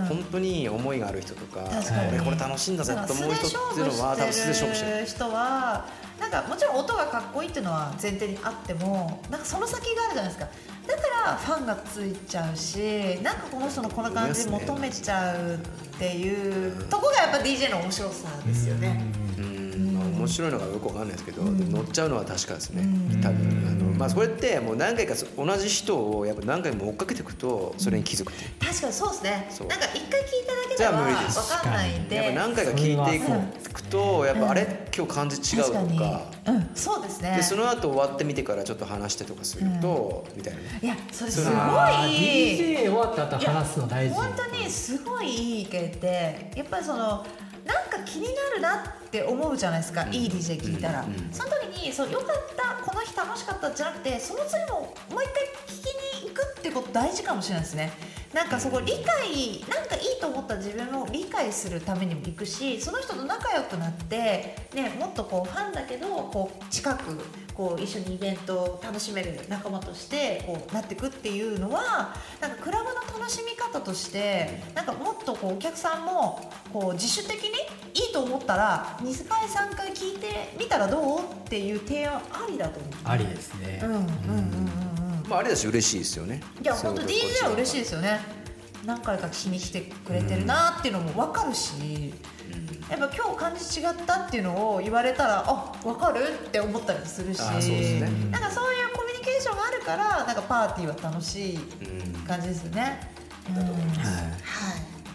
本当に思いがある人とか
確かに
俺これ楽しいんだぜ
なん
と
か
思う人っていうのは多分素で勝負してる。
人はなんかもちろん音がかっこいいっていうのは前提にあってもなんかその先があるじゃないですかだからファンがついちゃうしなんかこの人のこの感じ求めちゃうっていうとこがやっぱ DJ の面白さですよね。
うんまあ面白いのがよくわかんないですけど、でも乗っちゃうのは確かですね、
うん
多分あの、まあ、それってもう何回かそ同じ人をやっぱ何回も追っかけていくとそれに気づくっていう
確かにそうです
そ
ね
う
なんか一回聞いただけ
じ
で
ゃ
は
あ無理です
わかんないんで
やっぱ何回か聞いてい
それは
くとやっぱあれ、今日感じ違う
確
とか
かにうんそうですね
でその後終わってみてからちょっと話してとかすると、みたいなね
いやそれすご
そ
い
れ
あー DJ 終わった後話すの大事
本当にすごいいい意見でやっぱりそのなんか気になるなって思うじゃないですか、いい DJ 聞いたら、その時にそうよかったこの日楽しかったじゃなくてその次ももう一回聞きに行くってこと大事かもしれないですねなんかそこ理解なんかいいと思った自分を理解するためにも行くしその人と仲良くなって、ね、もっとこうファンだけどこう近くこう一緒にイベントを楽しめる仲間としてこうなっていくっていうのはなんかクラブの楽しみ方としてなんかもっとこうお客さんもこう自主的にいいと思ったら2回3回聞いてみたらどうっていう提案ありだと思う。
ありですね、
うんうんうんうんうん
まあ、あれだし嬉しいですよね
いや本当 DJ は嬉しい
い
ですよね何回か聞きに来てくれてるなっていうのも分かるし、やっぱ今日感じ違ったっていうのを言われたらあ分かるって思ったりするし
あそうですね
なんかそういうコミュニケーションがあるからなんかパーティーは楽しい感じですよね。うんはい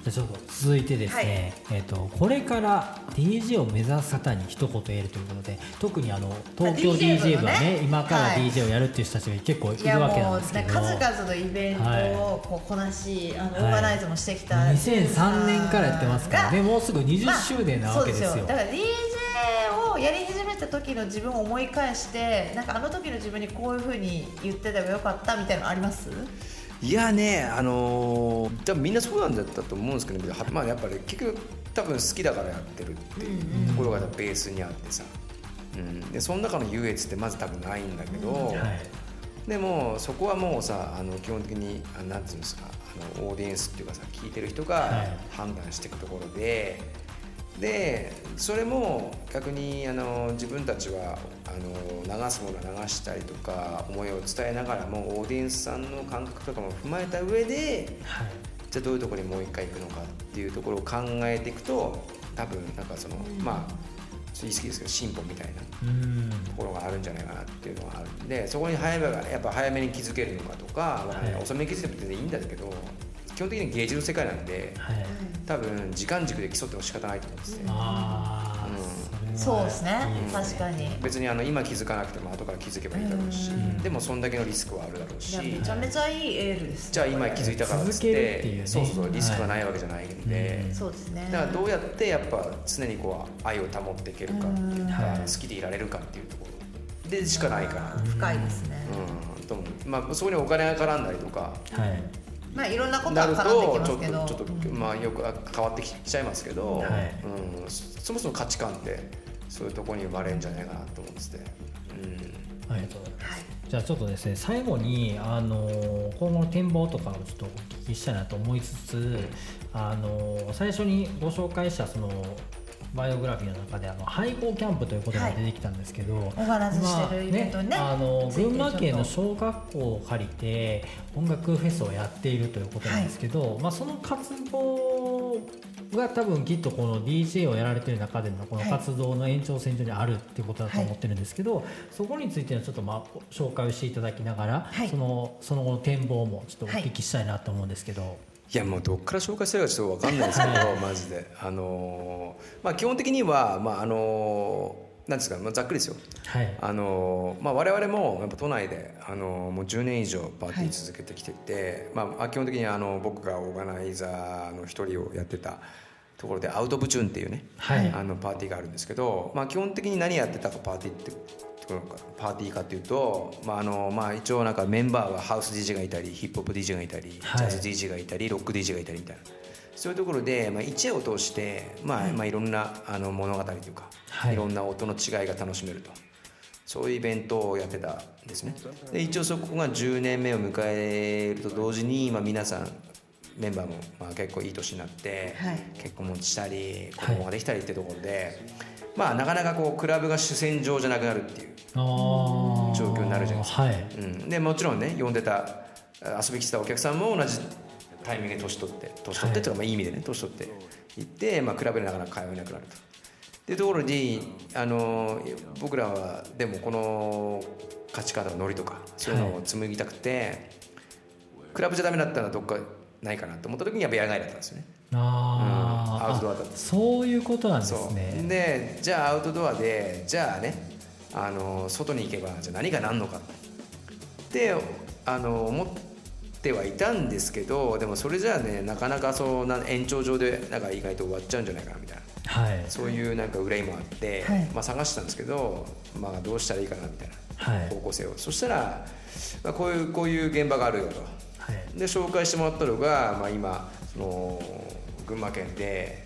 じゃあちょっと続いてですね、えっとこれから DJ を目指す方に一言言えるということで特にあの東京
DJ
DJ 部は
部の
ね
ね
今か
は
ら
い
DJ をやるっていう人たちが結構い
いや
る
も
わけな
う
んですけ
数
ど
々のイベントをこうこなし、あのオーガナイズもしてきた、
2003年からやってますからねもうすぐ20
まあ
周年なわけですよ,、
そうだから DJ をやり始めた時の自分を思い返してなんかあの時の自分にこういうふうに言ってた方がよかったみたいなのあります
いやねあのー多分みんなそうなんだったと思うんですけど、はまあ、やっぱり結局多分好きだからやってるっていうところがベースにあってさ、うん、でその中の優越ってまず多分ないんだけど、
はい
でもそこはもうさあの基本的にあなんていうんですかあのオーディエンスっていうかさ聞いてる人
は
が
い
判断していくところで、でそれも逆にあの自分たちはあの流すものは流したりとか思いを伝えながらもオーディエンスさんの感覚とかも踏まえた上で
はい
じゃあどういうところにもう一回行くのかっていうところを考えていくと多分なんかその、まあちょっと言い過ぎですけど進歩みたいな
うん
ところがあるんじゃないかなっていうのがあるんでそこに早めがやっぱ早めに気づけるのかとか、わかんない
はい
遅めに気づいても全然いいんだけど基本的に芸術の世界なんで
はい
多分時間軸で競っても仕方ないと思うんですね、
あ
う
あ
そうですね確かに
別にあの今気づかなくても後から気づけばいいだろうし、
うん
でもそんだけのリスクはあるだろうし、
いやめちゃめちゃいいエールです
じゃあ今気づいたからっつっ
続けるってていうね
そうそうそうリスクがないわけじゃないんで、
うん
そうですね
だからどうやってやっぱ常にこう愛を保っていけるかっていうか、
はい
好きでいられるかっていうところでしかないかな
深いですね、
うんと思うまあ、そこにお金が絡んだりとか
はい
まあいろんなこと
なる
が
と
絡んできま
ち
す
ょっ
けど
とちょっと、まあ、よく変わってきちゃいますけど、
はい
うん、そそもそも価値観ってそういうところに生まれるんじゃないかなと思ってて、うん、
ありがとうございます。じゃあちょっとですね最後にあのー今後の展望とかをちょっとお聞きしたいなと思いつつ、あのー最初にご紹介したそのバイオグラフィーの中であの廃校キャンプということが出てきたんですけど、
お話ししてるイベントにね,、
まああの
ついて
群
る
馬県の
ちょっ
小学校を借りて音楽フェスをやっているということなんですけど、まあ、その活動が多分きっとこの DJ をやられてる中でのこの
はい
活動の延長線上にあるっていうことだと思ってるんですけど、そこについてはちょっとまあ紹介をしていただきながら、
はい
そのその後の展望もちょっとお聞きしたいなと思うんですけど、
いやもうどっから紹介してるかちょっと分かんないです けどマジで、あのーまあ、基本的には、まああのーなんですか、まあ、ざっくりですよ
はい
あのまあ、我々もやっぱ都内で、あのもう10年以上パーティー続けてきてて、まあ、基本的にあの僕がオーガナイザーの一人をやってたところでアウトブチューンっていうね、
はい
あのパーティーがあるんですけど、まあ、基本的に何やってたかパーティーってパーティーかっていうと、まああのまあ、一応なんかメンバーがハウス DJ がいたりヒップホップ DJ がいたり、
はい
ジャズ DJ がいたりロック DJ がいたりみたいなそういうところで、まあ、一夜を通して、まあまあ、いろんなあの物語というか、
はい
いろんな音の違いが楽しめるとそういうイベントをやってたんですねで一応そこが10年目を迎えると同時に、まあ、皆さんメンバーも、まあ、結構いい年になって、
はい
結婚もしたり子供ができたりってところで、まあなかなかこうクラブが主戦場じゃなくなるっていう、
あー
状況になるじゃないです
はい
うん、でもちろんね呼んでたあ遊びに来てたお客さんも同じタイミングで年取って年取ってというか、まあ、いい意味でね年取って行って、まあ、クラブになかなか通えなくなると。っていうところにあの僕らはでもこの勝ち方のノリとかそういうのを紡ぎたくて、クラブじゃダメだったらどっかないかなと思った時には野外だったんですよね。
あー、
うんアウトドアだった
あそういうことなんです
そう
ね
でじゃあアウトドアでじゃあねあの外に行けばじゃあ何がなんのかってあの思ってはいたんですけどでもそれじゃあねなかなかそうな延長上でなんか意外と終わっちゃうんじゃないかなみたいな
はい
そういうなんか憂いもあって、
はい
まあ、探してたんですけど、まあ、どうしたらいいかなみたいな、
はい
方向性をそしたら、まあ、こういうこういう現場があるよと。
はい
で紹介してもらったのが、まあ、今その群馬県で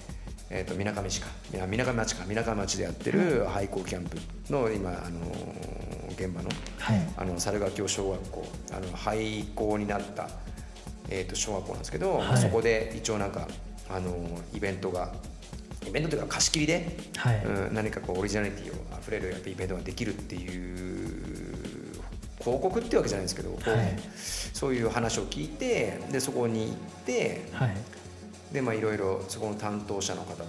えーとみなかみ市かいやみなかみ町かみなかみ町でやってる廃校キャンプの今、あのー現場の,、
はい
あの猿ヶ京小学校あの廃校になった、えー、と小学校なんですけど、
はい
そこで一応なんか、あのーイベントがイベントというか貸し切りで、
はい
うん、何かこうオリジナリティをあふれるやっぱイベントができるっていう広告ってわけじゃないんですけど、こう
はい
そういう話を聞いてでそこに行って
はい
でまあいろいろそこの担当者の方と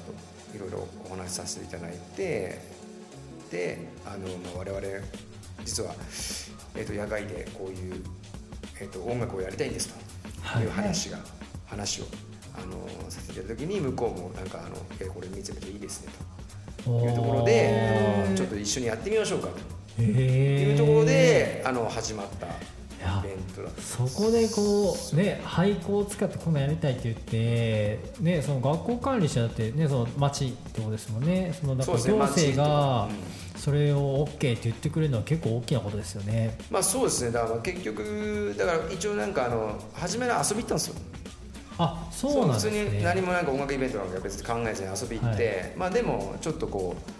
いろいろお話しさせていただいてであの、まあ、我々実は、えー、と野外でこういう、えー、と音楽をやりたいんです
は
と
い
いう話が、話をあのさせていただいた時に向こうもなんかあの「えこれ見つめていいですね」というところであのちょっと一緒にやってみましょうかと
とい
いうところで、あの始まったイ
や
ベントだった
そこでこうね廃校を使ってこんなんやりたいって言ってねその学校管理者だってねその町ってことですもんねそのだから
そうですね
行政が
町とか
それを OK って言ってくれるのは結構大きなことですよね
まあそうですねだから結局だから一応なんかあの初めの遊び行ったんですよ
あそうなんです
普通に何
ね
もなんか音楽イベントなんか別に考えずに遊び行って、まあでもちょっとこう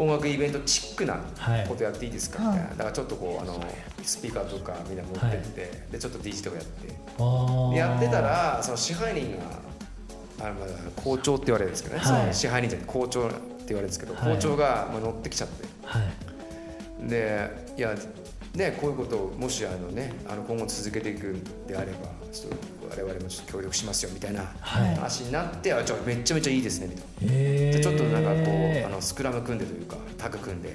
音楽イベントチックな
はい
ことやっていいですかみたいな、だからちょっとこうあのスピーカーとかみんな持ってって、でちょっと DJ とかやって
あー
でやってたらその支配人があのまあ校長って言われるんですけどね、
はい
その支配人じゃなくて校長って言われるんですけど、
はい
校長がまあ乗ってきちゃって。
はい
でいやねこういうことをもしあのねあの今後続けていくんであればちょっと我々もちょっと協力しますよみたいな
はい
話になって、あじゃあめちゃめちゃいいですねみたい
えー
な、でちょっとなんかこうあのスクラム組んでというかタッグ組んで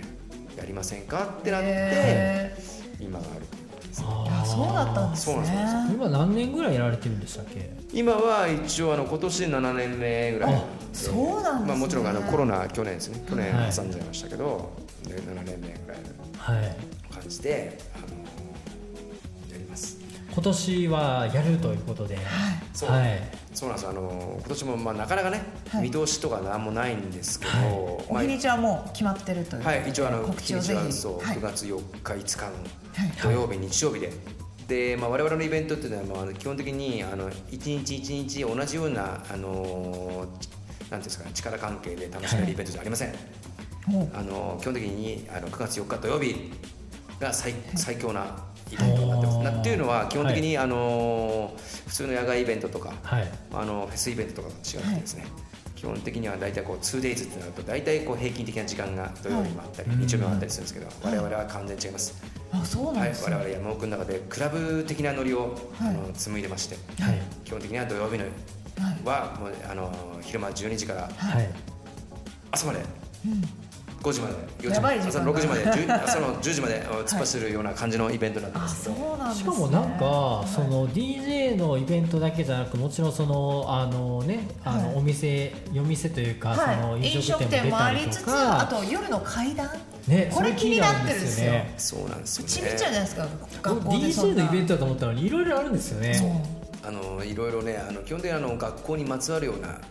やりませんかってなって、
へ
今があるっていう
ー
あ
い
ー
やそうだったんですね
そうなん
今何年ぐらいやられてるんでしたっけ
今は一応あの今年7年目ぐらい
あ
そうなんですね
まあ、もちろんあのコロナ去年ですね去年
はい
挟んじゃいましたけど、で7年目ぐらいの
はい
感じであのやります。
今年はやるということで
そう
はい
そうなんですあの今年もまあなかなかね、
はい
見通しとかなんもないんですけど、
お日にちはもう決まってるという
まあ、はい一応あの
告知をぜ
日にちは
ひ
そう、
はい
9月4日5日の土曜日、日曜日で。でまあ、我々のイベントっていうのは、まああの、基本的にあの一日一日同じような、あのーちなんていうんですかね、力関係で楽しめるイベントじゃありません、
もう
あの基本的にあの9月4日土曜日が最最強なイベントになってます。
はい
なっていうのは基本的に、あのー普通の野外イベントとか、
はい
あのフェスイベントとかと違ってですね、基本的には大体こう 2days ってなると大体こう平均的な時間が土曜日もあったり、
はい
日曜日もあったりするんですけど、我々は完全に違います、
あそうなん
はい
です
我
ね
々山奥の中でクラブ的なノリを、
はい
あの紡いでまして
はい
基本的には土曜日のはもうあの昼間12時から
はい
朝まで5時まで4時
や
ま
ば
で
い時間
朝
だ
6時まで10朝の10時まであの突っ走るような感じのイベントになって
あ
ます、
そうなんです、ね、
しかもなんかその DJ のイベントだけじゃなくもちろんそのあのねあ
はい
のお店夜店というかそ
は
の
い、
飲
飲
食
食
店
店
も
もあ
出
り
たり
つ
と
つあ
か
と夜の階段
ね
これ
そ気になるんですよね
そうなんですよね
ちびっちゃうじゃないですか学校でそ
DJ
んな
のイベントだと思ったのにいろいろあるんですよね
あのいろいろねあの基本的にあの学校にまつわるようなあ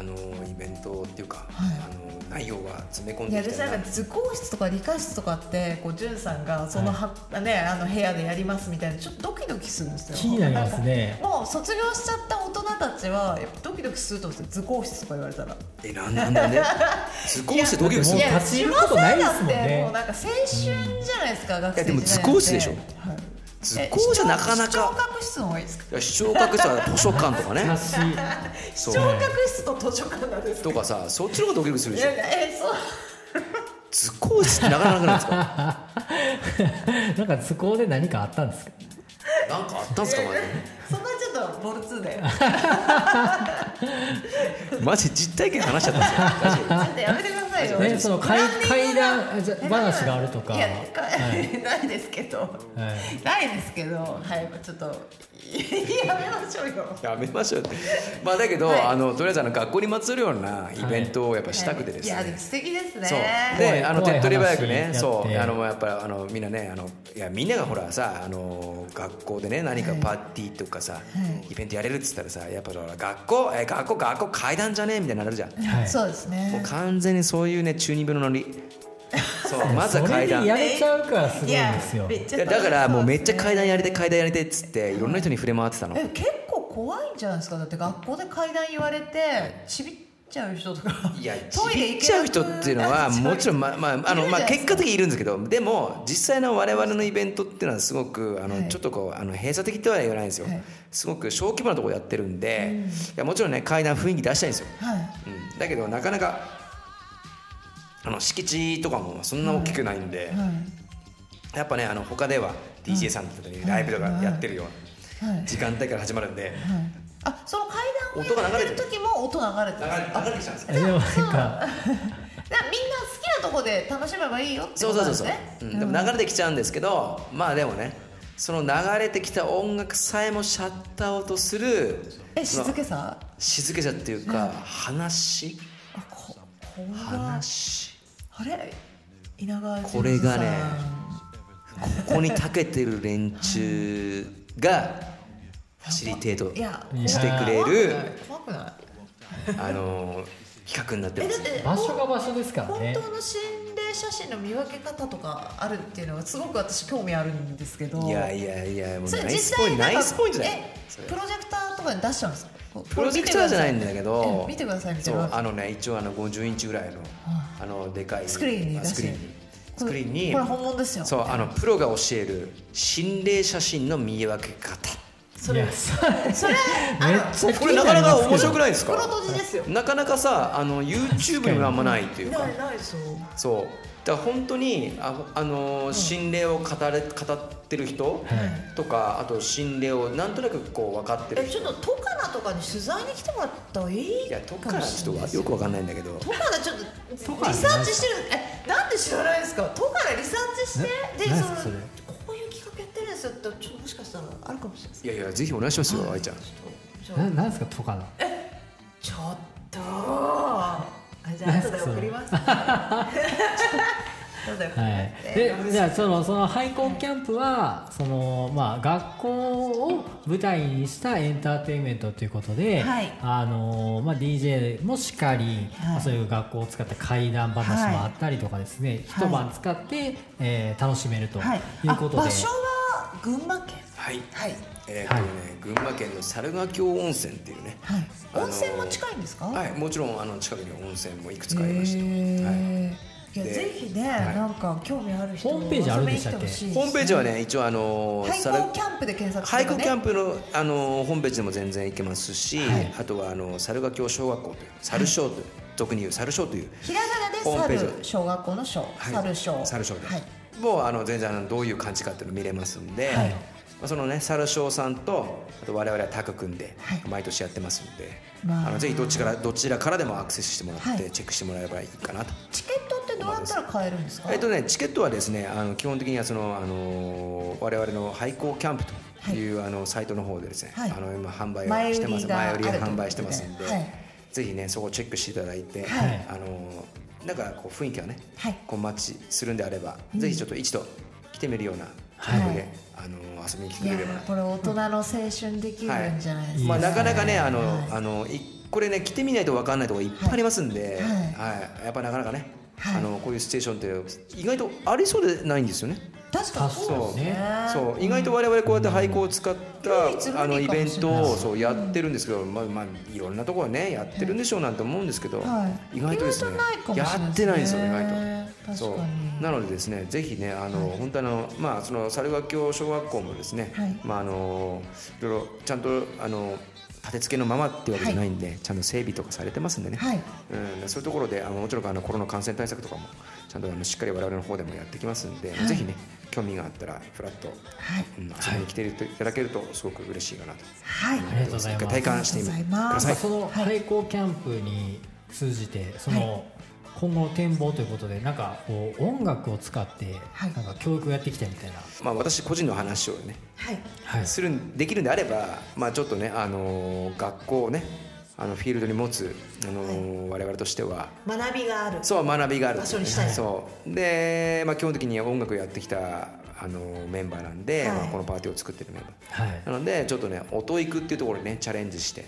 あのイベントっていうか、
はい
あの内容は詰め込ん
い
で
や
いき
私
たい
な
なん
か図工室とか理科室とかってこうじゅんさんがそのは、ねあの部屋でやりますみたいなちょっとドキドキするんですよ。
気になりますね
なんかもう卒業しちゃった大人たちはやっぱドキドキすると思うんですよ図工室とか言われたら。
えなんなん だね図工室ドキドキす
も
る
う
い
の
や
立ち入ることないですもんね
しませんだってもうなんか青春じゃないですか、学生時代なんて
いやでも図工室でしょ
はい
図工じゃなかな
視聴
か
覚室の方がいいですか
いや視聴覚室は図書館とかね
雑誌
そう
聴覚室と図書館なんですか
とかさそっちの方がドキドキする
い
でしょ
やえそう
図工室ってなかなかないですか
なんか図工で何かあったんですか
なんかあったんすかマジで
そこはちょっとボルツー で
マジ実体験話しちゃったんですよ 大丈夫
ちょっとやめてくださいよ
ねその怪怪談あじゃ
え
話があるとか
いやか
はい、
ないですけど、
い
ないですけどはいちょっといやめましょうよ
やめましょうってまあだけど、
はい
あのとりあえずあの学校にまつるようなイベントをやっぱしたくてですね、
はいいや素敵ですね
そう
怖
で
い
あの手っ取り早くね
怖い話やって
そうあのもうやっぱりあのみんなねあのいやみんながほらさあの学校でね何かパーティーとかさ、イベントやれるっつったらさやっぱほら学校え学校学校階段じゃねえみたいになるじゃん、
はい、
そうです
もう
ね完
完全にそういうね中二病のノリ そうまずは階
それ
段
でやれちゃうからすごいんですよ
いやだからもうめっちゃ階段やりてえ階段やりてえっつっていろんな人に触れ回ってたの
え結構怖いんじゃないですかだって学校で階段言われてちびっちゃう人とか
いや
トイレ
ちびっ
行け
ちゃう人っていうのはもちろんまあまああのまあ結果的にいるんですけどでも実際の我々のイベントっていうのはすごくあの、
はい
ちょっとこうあの閉鎖的とは言わないんですよ、
はい
すごく小規模なところやってるんで、いやもちろんね階段雰囲気出したいんですよ、
はい
うん、だけどなかなかあの敷地とかもそんな大きくないんで、
は
やっぱねあの他では DJ さんとかにライブとかやってるよう
いはい
な時間帯から始まるんで
あその階段をやってる時も音流れて
流
る
れ
あ
流れてきちゃうんですよ
えでもなんか
だからみんな好きなとこで楽しめばいいよって
そ
こ
う
と
そう
なんです
そうそう、
ね
うん、でも流れてきちゃうんですけどまあでもねその流れてきた音楽さえもシャッター音する
え
その
静けさ
静けさっていうか、話
あここれが
話
あれ稲川淳さん
これがねここに長けてる連中がファシリテート
いや
してくれる
怖くない怖くない
あの企画になって
え
ま
だっ
す
て
場所が場所ですから
本
ね
当の心霊写真の見分け方とかあるっていうのはすごく私興味あるんですけど
いやいやいやもう
それ
ナイス
実
ポイン
際なん
ト
か
ナイスポイントだよ
え
それ
プロジェクターとかに出しちゃうんですかこう
プロジェクターじゃないんだけ
こ
ど
れ見てくださいえ見て
そ
くだ
う
さいみたいな
あのね一応あの50インチぐらいのあのでかい
スクリーンに
あ
出して
スクリーンにスクリーンに
これこれ本物ですよ
そうあのプロが教える心霊写真の見分け方
そ
い
れ
やそれ
そ れ
めっ
あ
ちゃ気
これ
に
な
な
か
り
な
ま
か
すけど
面白くないです
の袋
か
閉じですよ
なかなかさあの YouTube にもあんまないというか
ないないそう
そうだから本当にああのー心霊を語れ語ってる人
はい
とかあと心霊をなんとなくこう分かってる
えち
人
ょっとトカナとかに取材に来てもらった方がいい
いやとっからちょっと
かも
わ
しれ
よ
ない
く分かんないんだけど
トカナちょっと
トカナ
リサーチしてるえなんで知らないんですかトカナリサーチしてで
な
そ
なん
の
すかそれ
こういう企画やってるんですよってちょっともしかしたらあるかもしれないです
いやいやぜひお願いしますよ愛ちゃん
ちょっと
ななんですかとかな
ちょっ とあじゃあ後で送ります、ね、後で送ります
は
ね
い、でじゃあそのその廃校キャンプはその、まあ、学校を舞台にしたエンターテインメントということで、
はい
あのまあ、DJ もしかり、
はい
まあそういう学校を使った怪談話もあったりとかですね、一晩使って、えー楽しめると
はい
いうことで、
あ場所は群馬県
はい
はい
えーとね、群馬県の猿ヶ京温泉っていうね、
はい温泉も近いんですか、
はい、もちろんあの近くに温泉もいくつ
へ
かありました、はい、
ーいや
で
ぜひね、
はい
なんか興味ある人も
ホームページあるんでしたっけ
遊びに来てほしいすね
ホームページはね一応あの
廃
猿
校キャンプで検索すれ
廃
ば
校
ね
キャンプのあのホームページでも全然行けますし、あとはあの猿ヶ京小学校という猿小という、俗に言う猿小という、
ひら
ホー
が
ム
な
ペー
で
ジ
猿小学校の小、
はい
猿小
猿小で、
はい
もうあの全然あのどういう感じかっていうの見れますんで、
はい
まあ、そのね猿小さんとあと我々はタク君で
はい
毎年やってますんで、
まあ
あのぜひどっちからどちらからでもアクセスしてもらって、
はい
チェックしてもらえばいいかなと。
チケットってどうやったら買えるんですか
えっとね、チケットはですねあの基本的にはその、あの我々の廃校キャンプという、あのサイトの方でですね、
はい
あの今販売をしてます
前
前
売
売
り
り
があると
販売してますんで、
はい
ぜひねそこをチェックしていただいて、
はい
あのなんかこう雰囲気がね、
はい
こうマッチするんであれば、ぜひちょっと一度来てみるようなタイプで、あの遊びに来て
い
く
や
れればな
ーこれ大人の青春できるんじゃないですか、
い
まあ、
いですね
なかなかねあの、
はい
あの一これね来てみないと分かんないとこいっぱいありますんで、
はい
はいやっぱなかなかね、
はい
あのこういうステーションって意外とありそうでないんですよね。
確かにそうですね
そう意外と我々こうやって俳句を使っ
唯一無
た
二
あのイベント
かもしれな
を
い
そうやってるんですけど、まあまあいろんなところねやってるんでしょうなんて思うんですけど、
はい
意外とですね
意外とないかもしれないですね
やってないんですよ意外と。
確かに
なのでですねぜひねあの、
はい
本当あのまあその猿楽教小学校もですね、
はい
まああのいろいろちゃんとあの立て付けのままってわけじゃないんで、ちゃんと整備とかされてますんでね。
はい
うん、そういうところであのもちろんあのコロナ感染対策とかもちゃんとあのしっかり我々の方でもやってきますんで、
はい
ぜひね興味があったらフラッと、
はい
うん、遊びに来ていただけるとすごく嬉しいかなと
はい
ありがとうございます
一回体感してみてくだ
な
さ
んか
い
その廃校キャンプに通じてその今後の展望ということでなんかこう音楽を使って
はい
なんか教育をやっていきたいみたいな、
まあ私個人の話をね
はい
はい
するんできるんであれば、まあ、ちょっとね、あのー学校をねあのフィールドに持つ、あのー我々としては
学びがある
そう学びがある
場所にしたい
そうで、まあ、基本的に音楽やってきた、あのーメンバーなんで、
はい
まあ、このパーティーを作ってるメンバ
はい
ーなのでちょっとね音育っていうところにねチャレンジして、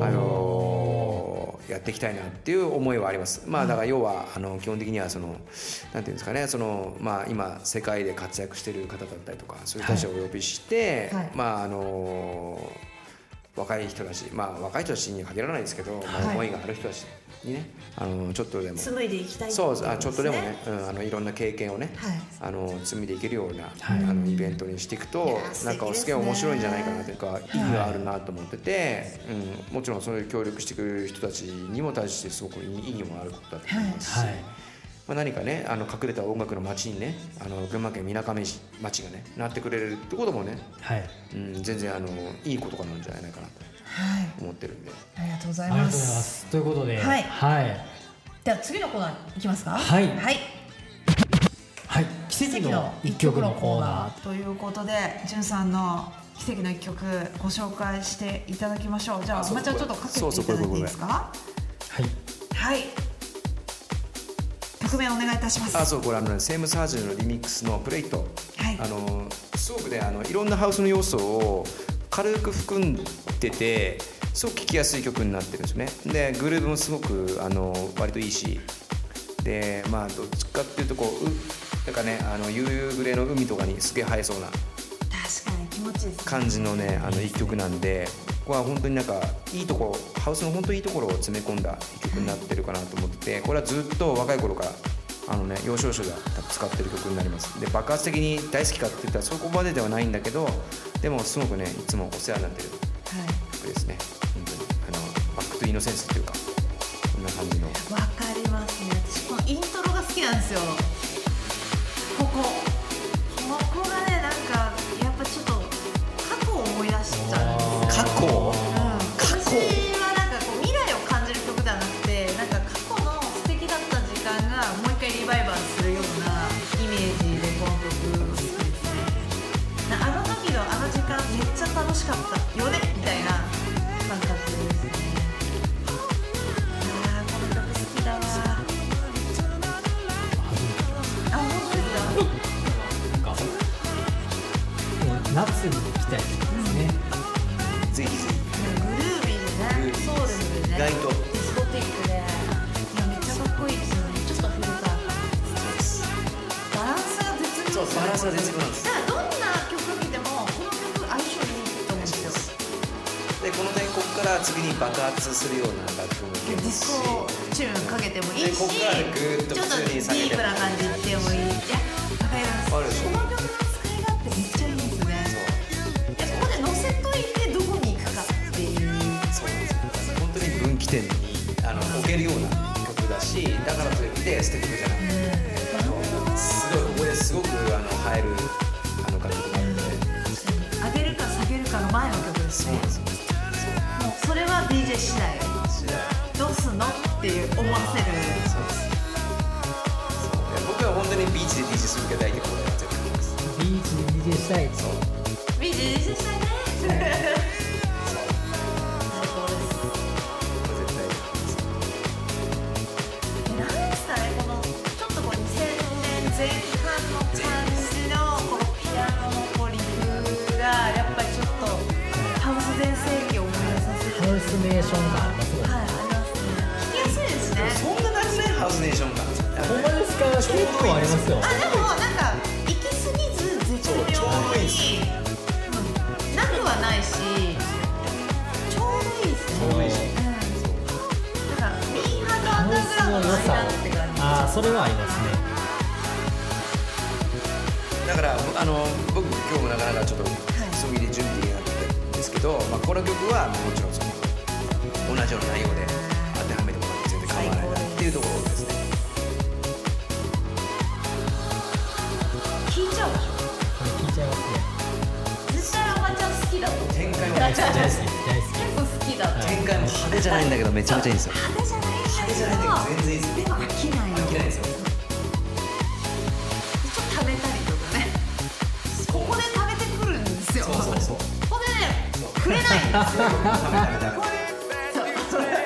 あのーやっていきたいなっていう思いはあります。まあだから要はあの基本的にはそのなんていうんですかね、そのまあ今世界で活躍している方だったりとかそういう人たちをお呼びして、
はい
まああのー若い人たち、まあ若い人たちには限らないですけど、ま
は
あ
い
思いがある人たちにね、あのちょっとでも。
紡いでいきたい
そう
てい
あ
こ
ちょっ
す
とでもねうん、あのいろんな経験をね、
はい
あの積みでいけるような、
はい
あのイベントにしてい
い
く
や
と
ー
なんか
素敵ですね
すげえ面白いんじゃないかなというか意義があるなと思ってて、うん、もちろんそういう協力してくれる人たちにも対してすごくいい意義もあることだと思いますし、
はい
まあ、何かねあの隠れた音楽の街にねあの群馬県みなかみ市町がねなってくれるってこともね、
はい
うん、全然あのいいことかなんじゃないかなと
はい
思ってるんで。
ありがとうござ
あ
い
りがと
ま
うございますすということで
はい
はい、
では次のコーナーいきますか
はい
はい
はい奇跡の一曲のコーナー
ということで、じゅんさんの奇跡の一曲ご紹介していただきましょう。じゃ
あ
あ、
そう
まちゃんちょっとかけていただいていいですか。
はい
はい。曲名お願いいたします。
あそうこれあのねセームサージュのリミックスの「プレイト」
はい
あのすごくねあのいろんなハウスの要素を軽く含んでてすごく聴きやすい曲になってるんですよねでグルーヴもすごくあの割といいしでまあどっちかっていうとこううなんかねあの夕暮れの海とかにすげえ映えそうな
確かに気持ちいいです。
感じのねあの一曲なんでここは本当になんかいいとこハウスの本当にいいところを詰め込んだ一曲になってるかなと思っててこれはずっと若い頃からあのね幼少では多分使ってる曲になりますで爆発的に大好きかって言ったらそこまでではないんだけどでもすごくねいつもお世話になってる
はい。
曲ですね本当にあのバックトゥイノセンスっていうかこんな感じの
わかりますね。私このイントロが好きなんですよ。ここ。ここがね、なんか、やっぱちょっと。過去を思い出しちゃうんですよ。
過去を
私はなんかこう未来を感じる曲ではなくてなんか過去の素敵だった時間がもう一回リバイバルするようなイメージでこの曲を作ってなあの時のあの時間めっちゃ楽しかったよねみたいな感覚ですねあーこの曲好きだわあ本当ですか
なんか夏に行きたいですね、
ぜひぜ
グルービーでねソウルでね
ひ意外と
ディスコティックでいやめっちゃかっこいいですよねちょっと古さバランスが絶妙
そうバランスが絶妙なんです
だからどんな曲見てもこの曲相性いいと思うんですよ
でこの点ここから次に爆発するような楽曲も
デ
い
ィス
けますし
コチューンかけてもいいし
でこっからぐーっと
ちょっと
普
デ
通に下
ィ
げ
ー
て
プな感じいってもいいいやわかります
あるでしょ
この曲の使い勝手めっちゃいいですねいやここで乗せといてどこに行くかっていう
そうなんですよ本当に分岐点にあの置けるような曲だしだからといって捨て曲じゃなくてすごいここですごくあの入るあの楽曲なの
上
で
げるか下げるかの前の曲です
そう
ね
なんですよ
もうそれは DJ 次第
そうで
どうすんのっていう思わせる
僕は本当にビーチで DJ するけど大体これは絶対聴きます
ビーチに DJ したい
そう
BG したいね最高です
これ絶対聴きます
なんですかねこのちょっとこう2000年前半の感じのこのピアノのこうリフがやっぱりちょっとハウス全盛期を思い出させる
ハウス名所ョン感がすごい
はいありますね聞きやすいですね
そんななくないハウスネーションが
ほんまですか結構ありますよ
あでもなんか行き過ぎず絶妙に
そうちょうどいいです
うんなくはないしちょうどいいですね
多いし
うんなんかミーハーとアンダーグラウンドの間って感じ
ああそれはありますね
だからあの僕今日もなかなかちょっと急ぎで準備があったんですけど、まあ、この曲はもちろんその同じような内容で当てはめてもらって全然構わないなっていうところですね
聞いちゃうでし
これ聞いちゃいますね
ょ絶対あまちゃん好きだと思う
展開も
大好き大好き大好
結構好きだと思う
展開も派手じゃないんだけどめちゃめちゃいいんですよ
派手じゃないんだ
派手じゃないんだけど全然いいです
け
よ
どでも飽きない
飽きないですよ
ちょっと食べたりとかねここで食べてくるんですよ
そうそうそう
ここでねくれないんですよ
ダメダメダメ
そう
で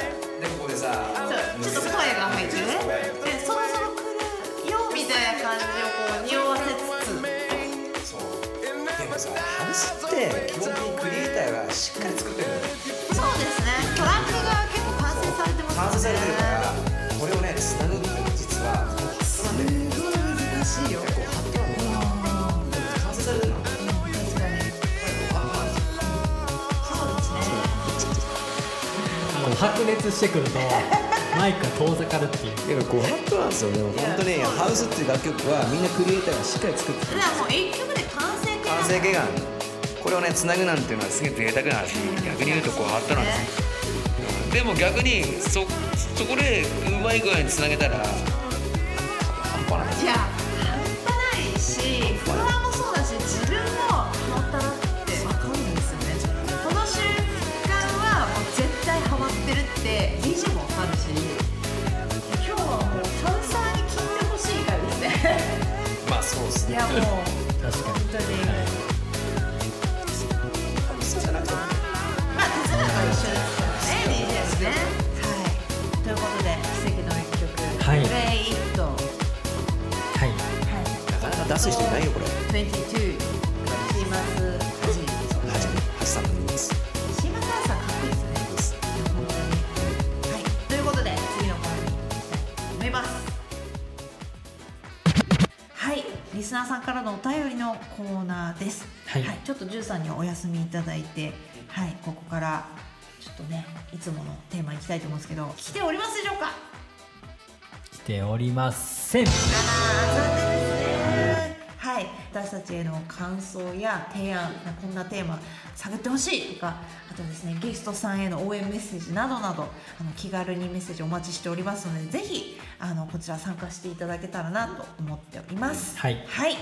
ここでさ
そうちょっと声が入ってねでそろそろ来るよみたいな感じをこう匂わせつつ
そうでもさハウスって基本的にクリエイターがしっかり作ってるのよ
そうですねトラックが結構完成されてますね
完成されてるからこれをねつなぐっていうのは実はこう発想なんだよね
すごい難しいよ
こう発表なんだよ完成されてるの
確かにそうですね
きあの白熱してくるとマイクが遠ざかるっていう
いやこう本当なんですよね本当にハウスっていう楽曲はみんなクリエイターがしっかり作って
それはもう一曲で完成形
完成形があるこれをねつなぐなんていうのはすげえ贅沢な話逆に言うとこうハートなんですよでも逆にそそこでうまい具合につなげたら半端ない
いや半端ないしフォロワーもそうだし自分もハマったなって分かるんですよねこの瞬間はもう絶対ハマってるって DJ も分かるし今日はもうサウサーに聞いてほしいからですね
まあそうです
い
ね
やもう
確か
本当に
に、はい
ハウスじゃなくても
まあ哲学は一緒ですからね DJ もねはいということで奇跡の一曲「
はい
Play It」は
はい、
なかなか出す人いないよこれ
い22シーマス・ハジン
はじめはさんのです
シーマス・ハーさんかっこいいですね本当にはい、ということで次のコーナーに行きたいと思いますはいリスナーさんからのお便りのコーナーです
はい
ちょっとジュンさんにお休みいただいてはいここからちょっとねいつものテーマいきたいと思うんですけど来ておりますでしょうか
来ておりません
はい、私たちへの感想や提案こんなテーマ探ってほしいとかあとですねゲストさんへの応援メッセージなどなどあの気軽にメッセージお待ちしておりますのでぜひあのこちら参加していただけたらなと思っております
はい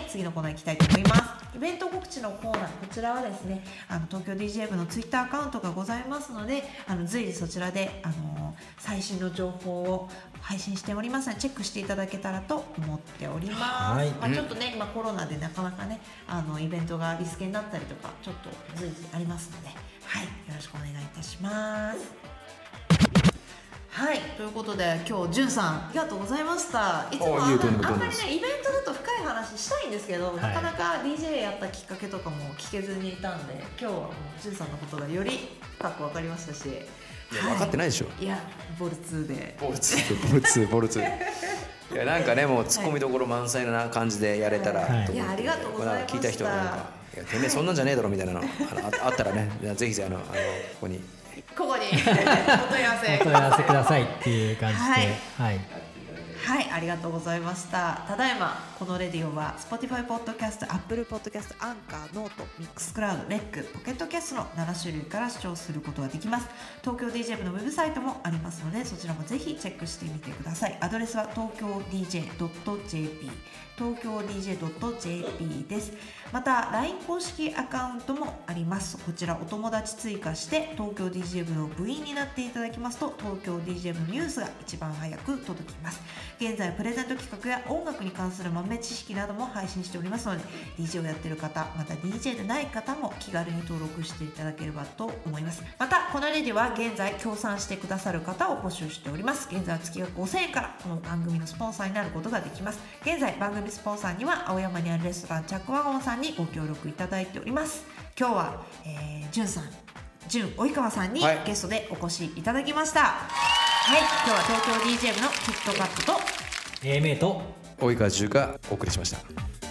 次のコーナー行きたいと思いますイベント告知のコーナーこちらはですねあの東京 DJ 部のツイッターアカウントがございますのであの随時そちらであの最新の情報を配信しておりますのでチェックしていただけたらと思っております
はい
まあ、ちょっとね、今コロナでなかなかね、あのイベントがリスケになったりとか、ちょっと随時ありますので、はい、よろしくお願いいたします。はい、ということで、今日じゅんさん、ありがとうございました。いつもあ
あいえとんでも
のあんま
とんでもない
り
で
ね、イベントだと深い話したいんですけど、
い
なかなか DJ やったきっかけとかも聞けずにいたんで、今日はもうじゅんさんのことがより深く分かりましたし。
いや分かってないでしょ
いや、ボルツーで。
ボルツボルツボルツいやなんかねもうツッコミどころ満載な感じでやれたら
はい
と思って
いやありがとうございました
聞いた人はなんか「いやてめえそんなんじゃねえだろ」みたいなのあのああったらねぜひぜひあのあのここに
こ こにお問い合わせ
お問い合わせくださいっていう感じではい、
はい、ありがとうございました。ただいまこのレディオは Spotify ポッドキャスト、Apple ポッドキャスト、アンカー、ノート、ミックスクラウド、レック、ポケットキャストの7種類から視聴することができます。東京 DJ 部のウェブサイトもありますので、そちらもぜひチェックしてみてください。アドレスは東京 DJ.jp、東京 DJ.jp です。また LINE 公式アカウントもあります。こちらお友達追加して東京 DJ 部の部員になっていただきますと、東京 DJ 部のニュースが一番早く届きます。現在プレゼント企画や音楽に関する豆知識なども配信しておりますので DJ をやってる方また DJ でない方も気軽に登録していただければと思いますまたこのレディは現在協賛してくださる方を募集しております現在は月額5000円からこの番組のスポンサーになることができます現在番組スポンサーには青山にあるレストランチャックワゴンさんにご協力いただいております今日は、えー、じゅんさん純及川さんに
はい
ゲストでお越しいただきましたはい、今日は東京 DJ 部のキットカットと
英明と
及川中がお送りしました